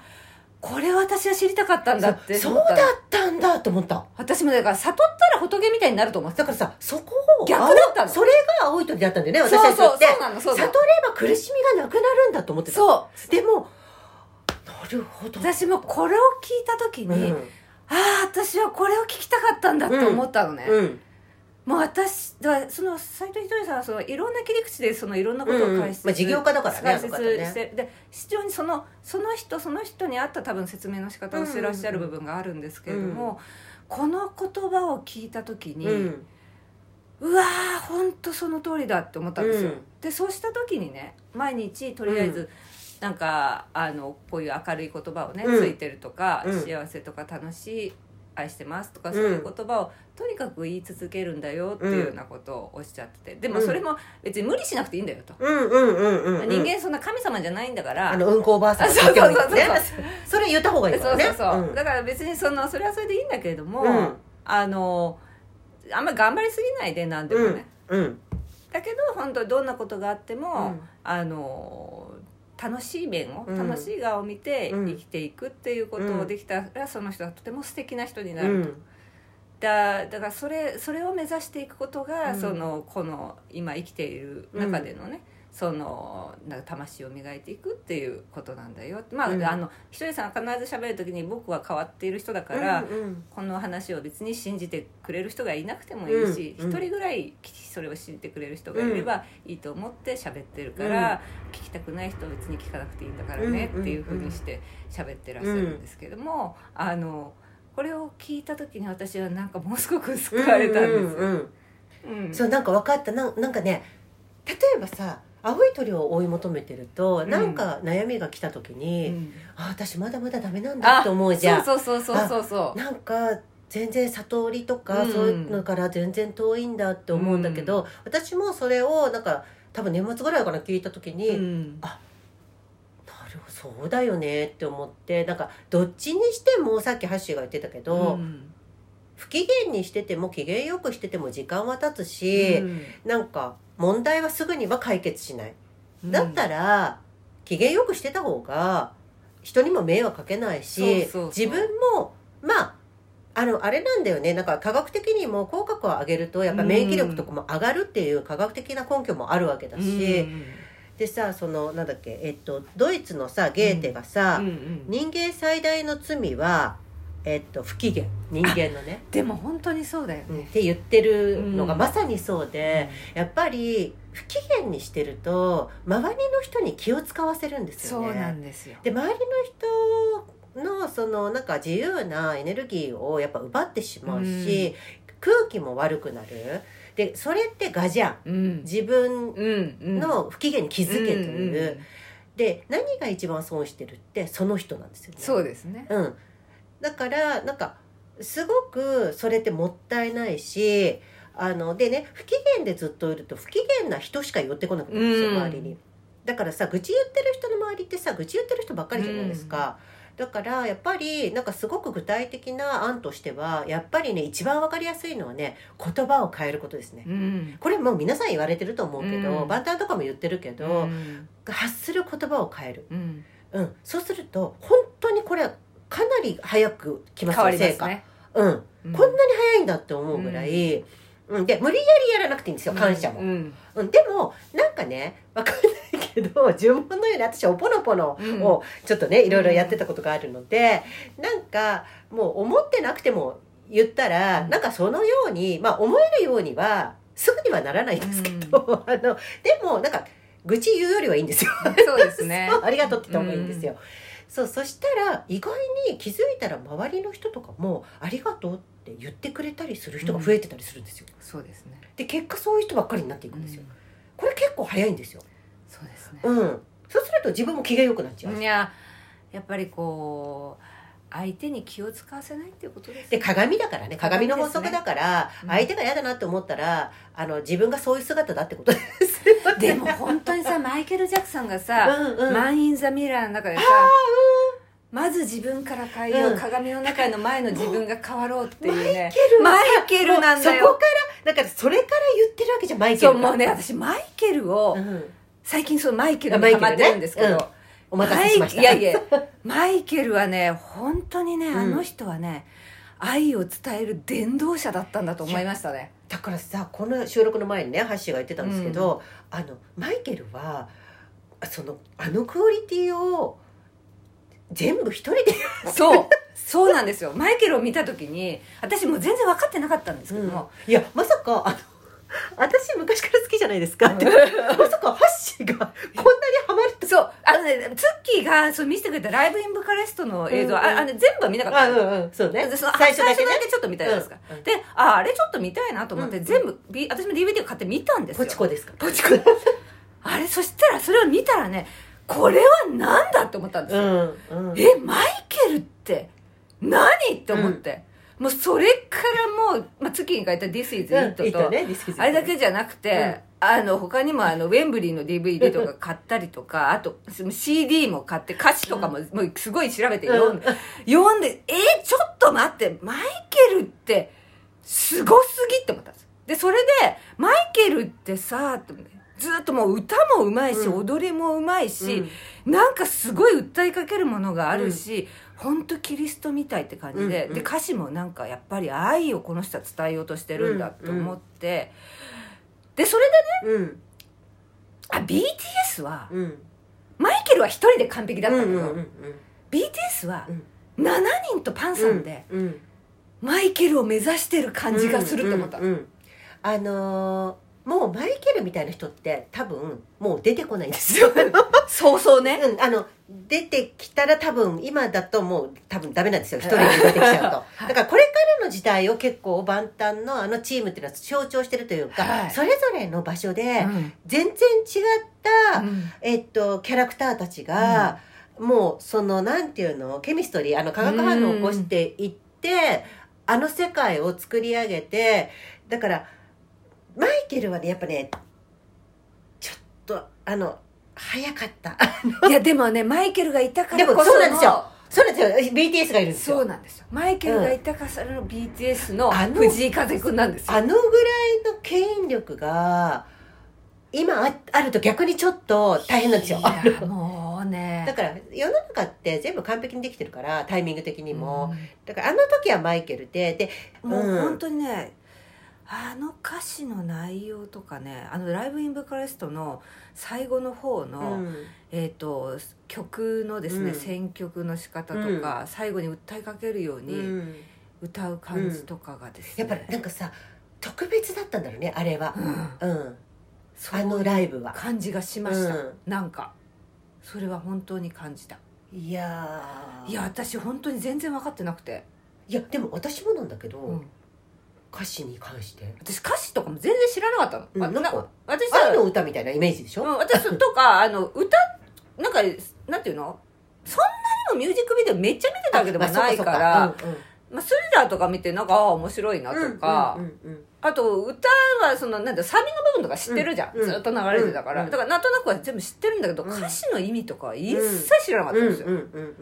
これ私は知りたかったんだってそう思っそたうだったんだと思った私もだから悟ったら仏みたいになると思ってだたからさそこを逆だったのそれが青い時だったんだよね私そうたちそうってそうなのそ悟うなれのば苦しみがなくなるんだと思ってたそうでもなるほど私もこれを聞いた時うに、んああ私はこれを聞きたかったんだって思ったのね、うんもう私だからその斎藤ひとりさんはそのいろんな切り口でそのいろんなことをうんうん解説、まあ事業家だからね解説あの方ねして、で非常にそのその人その人に合った多分説明の仕方をしてらっしゃる部分があるんですけれども、この言葉を聞いた時に、ううんわー本当その通りだって思ったんですよ、うんでそうした時にね毎日とりあえず、うなんかあのこういう明るい言葉をね、うんついてるとか、うん幸せとか楽しい愛してますとかうんそういう言葉をとにかく言い続けるんだよっていうようなことをおっしゃっててでうもんそれも別に無理しなくていいんだよと、うんうんうんうんうん人間そんな神様じゃないんだから、あの運行ばあさんあそうそうそうそうねそれ言った方がいいかそらうねそうそう、んだから別にそのそれはそれでいいんだけれども、うんあのあんまり頑張りすぎないでなんでもね、うんだけど本当どんなことがあっても、うんあの楽しい面を、うん楽しい顔を見てうん生きていくっていうことうをんできたら、その人はとても素敵な人になうる、んだだからそれそれを目指していくことが、うんそのこの今生きている中でのね、そのなんか魂を磨いていくっていうことなんだよまあ、うんあのひとりさんが必ず喋る時に僕は変わっている人だから、うんうんこの話を別に信じてくれる人がいなくてもいいし一、うん人ぐらいそれを信じてくれる人がいればいいと思って喋ってるから、聞きたくない人は別に聞かなくていいんだからねうんっていうふうにして喋ってらっしゃるんですけども、あのこれを聞いた時に私はなんかもうすごく救われたんですよ。うんうんうんうんそうなんか分かったなんなんかね例えばさ青い鳥を追い求めてるとんなんか悩みが来た時うにんあ私まだまだダメなんだって思うじゃんそうそうそうそうそうそうなんか全然悟りとかうんそういうのから全然遠いんだって思うんだけど、私もそれをなんか多分年末ぐらいから聞いた時に、うなるんほどそうだよねって思ってなんかどっちにしてもさっきハッシーが言ってたけど、うん不機嫌にしてても機嫌よくしてても時間は経つし、なんか問題はすぐには解決しない。うんだったら機嫌よくしてた方が人にも迷惑かけないしそうそうそう自分もまああのあれなんだよねなんか科学的にも口角を上げるとやっぱ免疫力とかも上がるっていう科学的な根拠もあるわけだし、うんでさそのなんだっけ、えっと、ドイツのさゲーテがさ、うんうん人間最大の罪は、えっと、不機嫌人間のね、でも本当にそうだようんっね、て言ってるのがうんまさにそうで、やっぱり不機嫌にしてると周りの人に気を使わせるんですよそね。うなんですよで周りの人のそのなんか自由なエネルギーをやっぱ奪ってしまうし、空気も悪くなるでそれってガジャンうん自分うんうんの不機嫌に気づけという、うんうんで何が一番損してるってその人なんですよね。そうですねうん、だからなんかすごくそれってもったいないしあのでね不機嫌でずっといると不機嫌な人しか寄ってこなくなるんですよ、うん周りにだからさ愚痴言ってる人の周りってさ愚痴言ってる人ばっかりじゃないですか、だからやっぱりなんかすごく具体的な案としてはやっぱりね一番わかりやすいのはね言葉を変えることですね、うんこれもう皆さん言われてると思うけど、うんバンタンとかも言ってるけど、うん発する言葉を変えるうんうん、そうすると本当にこれかなり早く来ま変すよわりま成す果、ねうん、うこんなに早いんだって思うぐらい、うん、で無理やりやらなくていいんですよ感謝も、ううんんでもなんかねわかんないけど 呪文のように私おぽのぽのうんをちょっとねいろいろやってたことがあるので、なんかもう思ってなくても言ったら、うんなんかそのようにまあ思えるようにはすぐにはならないんですけど、 あのでもなんか愚痴言うよりはいいんですよそうです ねありがとうって言った方がいいんですよ。そうそしたら意外に気づいたら周りの人とかも「ありがとう」って言ってくれたりする人が増えてたりするんですよ。そうですねで結果そういう人ばっかりになっていくんですよ。これ結構早いんですよ。そうですねうん。そうすると自分も気が良くなっちゃう。いややっぱりこう相手に気を使わせないっていうことですでね鏡だからね鏡の法則だから、すねうん相手が嫌だなって思ったらあの自分がそういう姿だってことです。 でも本当にさマイケル・ジャクソンが うさん「うん。マン・イン・ザ・ミラー」の中でさまず自分から変えよううん鏡の中の前の自分が変わろうっていうねいけるマイケルなんだそこよからだからそれから言ってるわけじゃマイケそルうがもうね私マイケルをうん最近そのマイケルにハマってるんですけマイケルねどお待たせしました。マイいや いやマイケルはね本当にねんあの人はね愛を伝える伝道者だったんだと思いましたねだからさこの収録の前にねハッシーが言ってたんですけど、あのマイケルはそのあのクオリティを全部一人でそうそうなんですよマイケルを見た時に私もう全然分かってなかったんですけども、いやまさかあの私昔から好きじゃないですかって、まさかハッシーがこんなにハ マるとそうあのねツッキーがそう見せてくれたライブインブカレストの映像、うんうんああれ全部は見なかったんですようんうんそうねでその最初だけ最ねちょっと見たじゃないですか、うんうんでああれちょっと見たいなと思っうて、んうん全部、B、私も DVD を買って見たんですよポチコですかポチコ あれそしたらそれを見たらねこれは何だって思ったんですよ、んうんえマイケルって何って思って、もうそれからもう、まあ、月に書いた「This is うん It と」いいとねディスキズあれだけじゃなくて、あの他にもあのウェンブリーの DVD とか買ったりとかあと CD も買って歌詞とかも,、もうすごい調べて読んで、読んでえーちょっと待ってマイケルってすごすぎって思ったんですでそれでマイケルってさって思ってずっともう歌もうまいし、うん踊りもうまいし、うんなんかすごい訴えかけるものがあるし、ほんとキリストみたいって感じで,、うんうんで歌詞もなんかやっぱり愛をこの人は伝えようとしてるんだと思って、でそれでうんあ BTS は、うんマイケルは一人で完璧だうったんけど、うんうん BTS はうん7人とパンさんで、うんうんマイケルを目指してる感じがすると思った、うんうんうんあのーもうマイケルみたいな人って多分もう出てこないんです よ、うそうそうね、ん、あの出てきたら多分今だともう多分ダメなんですよ一人で出てきち ゃうと、だからこれからの時代を結構万端のあのチームっていうのは象徴してるというか、はいそれぞれの場所でうん全然違った、えっと、キャラクターたちが、もうそのなんていうのケミストリーあの化学反応を起こしていって、あの世界を作り上げてだからマイケルはねやっぱねちょっとあの早かったいやでもねマイケルがいたかでらこそものそうなんですよそうなんですよ BTS がいるんですそうよなんですよマイケルがいたからの BTS のあの藤井風くんなんですよあのぐらいの牽引力が今ああると逆にちょっと大変なんですよいやもうね だから世の中って全部完璧にできてるからタイミング的にも、うんだからあの時はマイケルででもううん本当にね、あの歌詞の内容とかねあの「ライブ・イン・ブカレスト」の最後の方の、うんえー、と曲のですね、うん選曲の仕方とか、最後に訴えかけるようにうん歌う感じとかがですやね、っぱりなんかさ特別だったんだろうねあれは、うんうん、そうあのライブは感じがしました、うんなんかそれは本当に感じたいやーいや私本当に全然分かってなくて、いやでも私もなんだけど、うん歌詞に関して私歌詞とかも全然知らなかったの、うんあなんか私愛のは歌みたいなイメージでしょ、うん私とかあの歌なんかなんていうのそんなにもミュージックビデオめっちゃ見てたわけでもないから、まああそうかそうかうんうんスリラーとか見てなんかああ面白いなとか、うんうんうんあと歌はそのなんだサビの部分とか知ってるじゃん、うんずっと流れてたから、うんだからなんとなくは全部知ってるんだけど、うん歌詞の意味とかは一切知らなかったんですよ、うんうんうんうん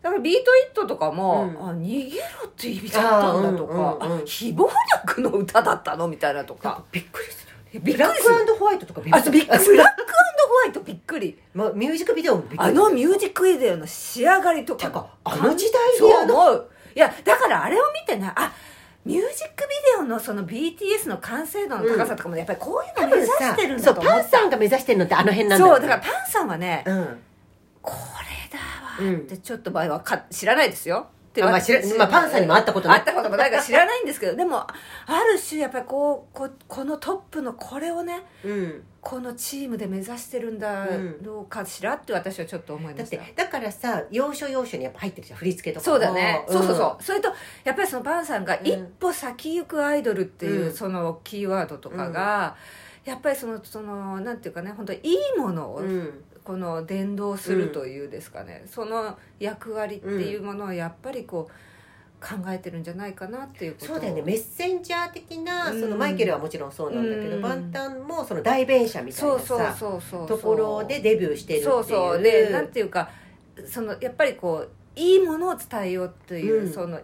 だからビートイットとかも、うんあ逃げろって意味だったんだとか、あーうんうんうんあ非暴力の歌だったのみたいなとなん かかびっくりするよねびっブラくッりするクホワイトとかびっくありそうびっくりブラックホワイトびっくりま、ミュージックビデオもびっくりあのミュージックビデオの仕上がりとてかかあの時代にそうあの思ういやだからあれを見てなあミュージックビデオのその BTS の完成度の高さとかもやっぱりこういうの目指してるんそだうと思パっンたさんが目指してるのってあの辺なんだそようだからパンさんはね、うんこれだうわんってちょっと場合はか知らないですよってあまあ知らまあパンさんにも会ったことない会ったこともないから知らないんですけどでもある種やっぱりこうここのトップのこれをねうんこのチームで目指してるんだろうかしらって私はちょっと思いだまっしたてだからさ要所要所にやっぱ入ってるじゃん振り付けとかそうだね、もそうそうそうそれとやっぱりそのパンさんがうん一歩先行くアイドルっていううんそのキーワードとかが、やっぱりそのそのなんていうかね本当にいいものをうんうんこの伝道するというですかね、その役割っていうものをやっぱりこう考えてるんじゃないかなっていうことをそうだよねメッセンジャー的なうんそのマイケルはもちろんそうなんだけど、うんバンタンもその代弁者みたいそなうさそうそうそうところでデビューしてるっていうそうそうでなんていうかそのやっぱりこういいものを伝えようっていう、うんその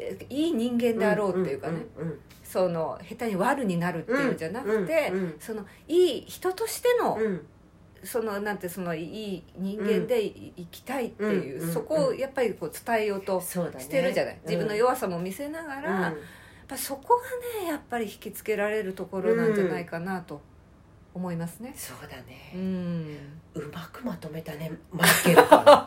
えいい人間であろうっていうかね、うんうんうんその下手に悪になるっていうんじゃなくて、うんうんそのいい人としての、うんうんそのなんてそのいい人間でい生きたいっていう、うんそこをやっぱりこう伝えようとそうだねしてるじゃない、自分のよ弱さも見せながうら、やっんぱそこがねやっぱり引きつけられるところなんじゃないかなと思いますね。そうだね、うん、うまくまとめたねマイケル から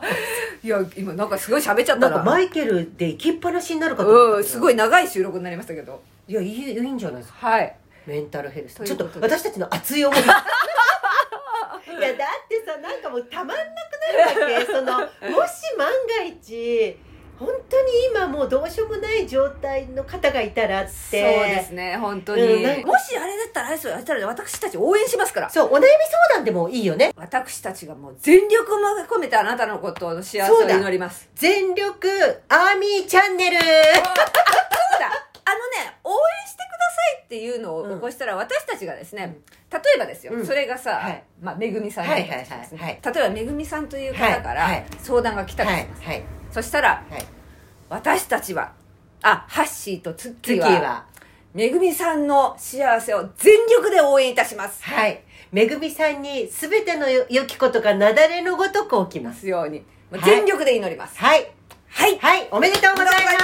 いや今なんかすごい喋っちゃっなたんかな。マイケルで行きっぱなしになるかと思ったけどうん、すごい長い収録になりましたけど。いやいいいいんじゃないですかはい。メンタルヘルスといちょうっこととで私たちの熱い思い いやだってさなんかもうたまんなくなるわ けそのもし万が一本当に今もうどうしようもない状態の方がいたらってそうですね、本当に。うんなんかもしあれだったら、あれですよあれだったら私たち応援しますから。そうお悩み相談でもいいよね私たちがもう全力を込めてあなたのことの幸せを祈り ます。全力アーミーチャンネルそうだあのね応援してくださいっていうのを起こしたら、私たちがですね例えばですよ、うんそれがさ、はいまあ、めぐみさんはだいとはいはいしますねはい例えばめぐみさんという方からはいはい相談が来たとしはまいす、はいそしたらはい私たちはあハッシーとツッキ次ーははめぐみさんの幸せを全力で応援いたしますはいめぐみさんに全てのよ良きことが雪崩のごとく起きますますようにもうはい全力で祈りますはいはい、はいおめでとうございおめでとうま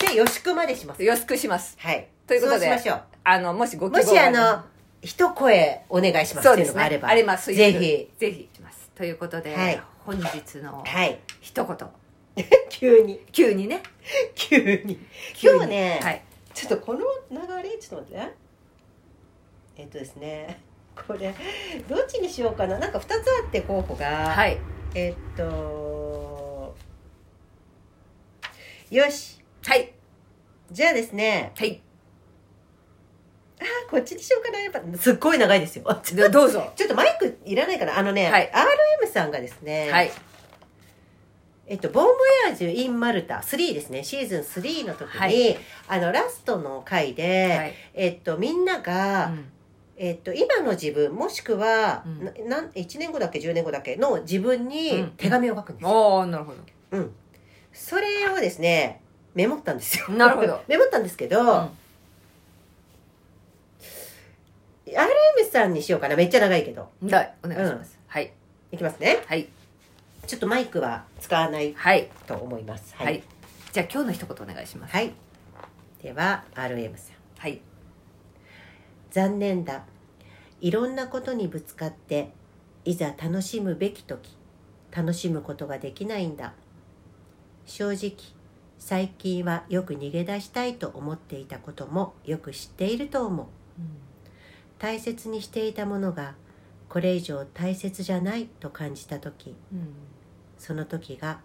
すで予祝までしますよろしくしますはいということでそうしましょうあのもしご希も望しあがの一声お願いしますそっうていでうのすがねあればありますぜひぜひしますということで、はい本日のはい一言急に 急にね 急に急に今日ね、はいちょっとこの流れちょっと待ってねえっとですね これどっちにしようかななんか二つあって候補がはいえっとよしはいじゃあですねはいこっちにしようかなやっぱすっごい長いですよ ちょでどうぞっとマイクいらないかなあのね、はい RM さんがですね、はいえっと、ボンボヤージュ・イン・マルタ3ですねシーズン3の時に、はいあのラストの回で、はいえっと、みんなうが、んえっと、今の自分もしくは、うんななん1年後だっけ10年後だっけの自分うにん手紙を書くんですよ、おおなるほどうんそれをですねメモったんですよなるほど メモったんですけど、うん RM さんにしようかなめっちゃ長いけどはいお願いしますはいいきますねはいちょっとマイクは使わないはいと思います。はい、じゃあ今日の一言お願いしますはい。では RM さん。はい残念だいろんなことにぶつかっていざ楽しむべき時楽しむことができないんだ正直最近はよく逃げ出したいと思っていたこともよく知っていると思う大切にしていたものがこれ以上大切じゃないと感じた時うんその時が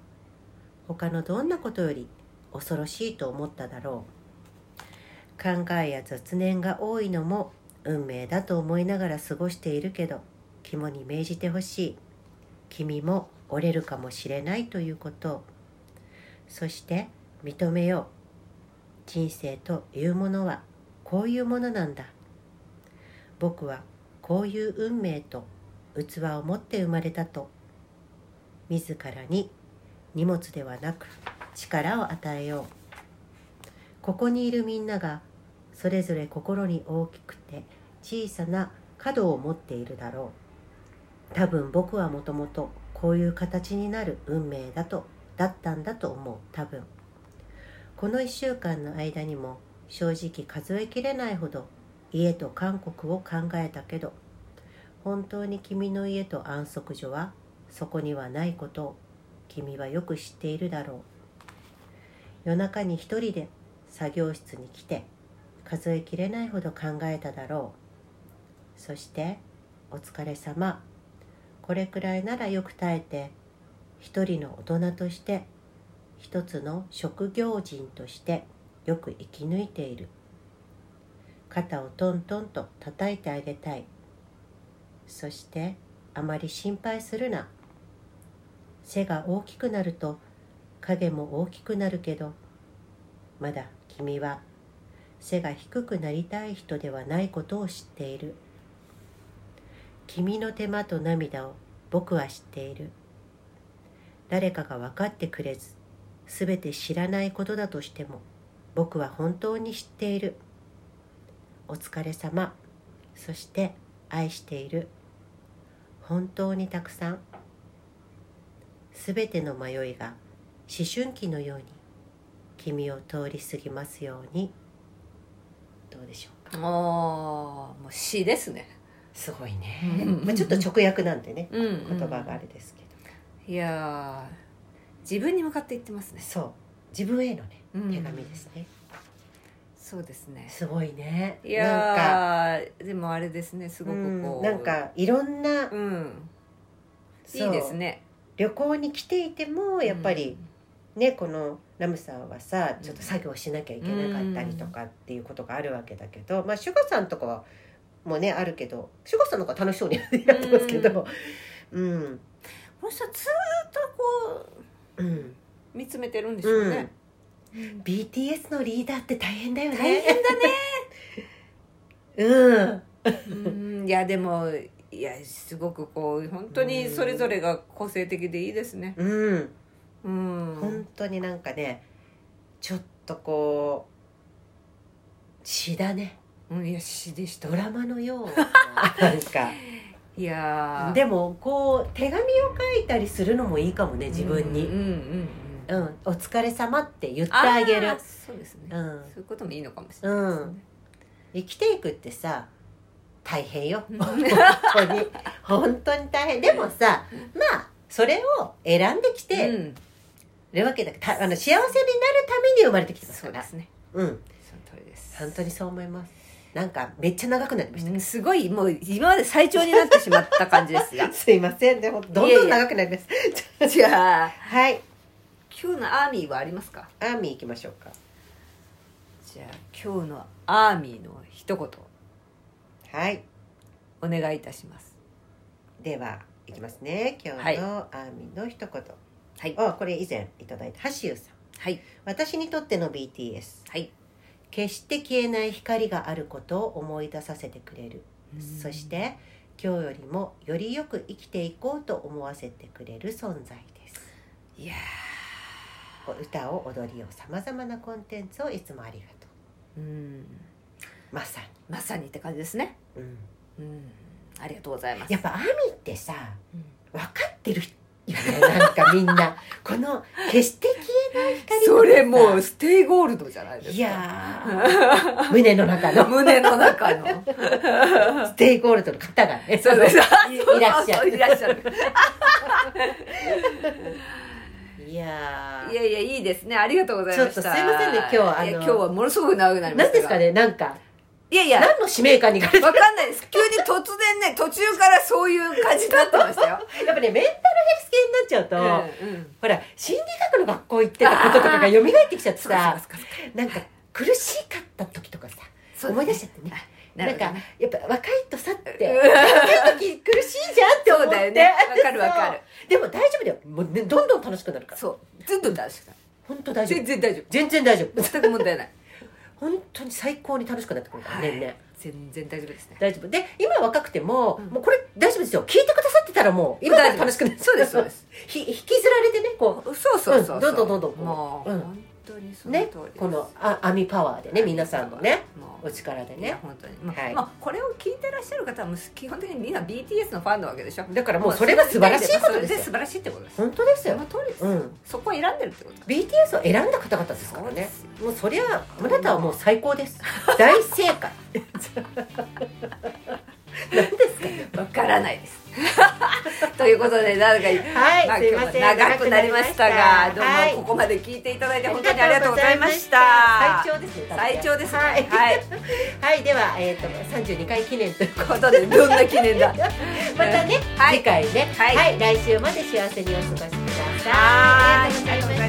他のどんなことより恐ろしいと思っただろう考えや雑念が多いのも運命だと思いながら過ごしているけど肝に銘じてほしい君も折れるかもしれないということをそして認めよう人生というものはこういうものなんだ僕はこういう運命と器を持って生まれたと自らに荷物ではなく力を与えようここにいるみんながそれぞれ心に大きくて小さな角を持っているだろう多分僕はもともとこういう形になる運命だとだったんだと思う多分この1週間の間にも正直数えきれないほど家と韓国を考えたけど本当に君の家と安息所はそこにはないことを君はよく知っているだろう夜中に一人で作業室に来て数えきれないほど考えただろうそしてお疲れ様これくらいならよく耐えて一人の大人として一つの職業人としてよく生き抜いている肩をトントンと叩いてあげたいそしてあまり心配するな背が大きくなると影も大きくなるけどまだ君は背が低くなりたい人ではないことを知っている君の手間と涙を僕は知っている誰かが分かってくれず全て知らないことだとしても僕は本当に知っているお疲れ様そして愛している本当にたくさんすべての迷いが思春期のように君を通り過ぎますようにどうでしょうかおーもう詩ですねすごいねうんまあ、ちょっと直訳なんでねうんうん言葉があれですけど、いやー自分に向かって言ってますねそう自分へのねうん手紙ですね、そうですねすごいねいなんかやーでもあれですねすごくこう、うんなんかいろんな、うんいそういですね旅行に来ていてもやっぱり、ねこのラムさんはさちょっと作業しなきゃいけなかったりとかっていうことがあるわけだけど、まあシュガさんとかはもうねあるけどシュガさんの方が楽しそうにやってますけどうんうんこの人はずーっとこうん、う見つめてるんでしょうね、 BTS のリーダーって大変だよね大変 だねうんうんいやでもいやすごくこう本当にそれぞれが個性的でいいですねうんうん、本当になんかねちょっとこう詩だねうん、いや詩でしたドラマのようななん かいやーでもこう手紙を書いたりするのもいいかもね自分に、ううんんうんうんうんお疲れ様って言ってあげーるそうですね、うんそういうこともいいのかもしれないですね、生きていくってさ大変ようん本当 に本当に大変でもさまあそれを選んできうてん、るわけだから、たあの幸せになるために生まれてきてますそかうでらすねうんその通りです本当にそう思いますなんかめっちゃ長くなりましたうんすごいもう今まで最長になってしまった感じです がすいませんでもどんどん長くなります。 じゃあはい、今日のアーミーはありますかアーミー行きましょうか。じゃあ今日のアーミーの一言はい、お願いいたしますでは行きますね。今日のアーミーの一言。はいあ、これ以前いただいたハシユさん。はい私にとっての BTS。はい決して消えない光があることを思い出させてくれる。そして今日よりもよりよく生きていこうと思わせてくれる存在です。いや歌を踊りをさまざまなコンテンツをいつもありがとーうんう。まさまさにって感じですねに。うん、うんありがとうございますやっぱアーミーってさ。うん分かってるよねねなんかみん なこの決して消えない光それもうステイゴールドじゃないですかいやー胸の中 の胸の中 のステイゴールドの方がねそうですいらっしゃるいらっしゃるいやいやいやいいですねありがとうございましたちょっとすいませんね今日はあのいや今日はものすごく長くなりーまし何たがですかねなんかいやいや何の使命感にかわかんないです急に突然ね途中からそういう感じになってましたよ、やっぱねメンタルヘルス系になっちゃうと、うんうんほら心理学の学校行ってたこととかが蘇ってきちゃってそうかさそうかそうかなんか苦しかった時とかさそう思い出しちゃってねななるんほどかやっぱ若いとさってうん若い時苦しいじゃんって思ってそうだよねわかるわかるそうでも大丈夫だよもう、ね、どんどん楽しくなるからそうずっと出して本当大た丈全夫然大丈全然大丈夫夫全く問題 ない本当に最高に楽しくなってくるからね、ね全然大丈夫ですね大丈夫で今若くても、うんもうこれ大丈夫ですよ聞いてくださってたらもう今から楽しくなるそうですそうです ひ引きずられてねこそうそうそうそう、うんどんどんどんどんもう、うん本当にそうの通りねですこのあ網パワーでね皆さんのねもうお力でいやね本当に、まあはいまあこれを聞いてらっしゃる方はもう基本的にみんな BTS のファンなわけでしょだからもうそれが素晴らしいことですそれでよ素晴らしいってことです本当ですそよの通りです、うんそこを選んでるってこと BTS を選んだ方々ですからねそもうそりゃあなたはもう最高です大正解何ですかねわからないです ということでなんか、はいまあ、すい今ま日 はせん長くなりましたがどはういもここまで聞いていただいて本当にありがとうございました最長ですね多分ね最長ですねはい、はい、はい、ではえっ、と32回記 念ということでということでどんな記念だ またね、はい次回ね、はい来週まで幸せにお過ごしください。はーいありがとうございました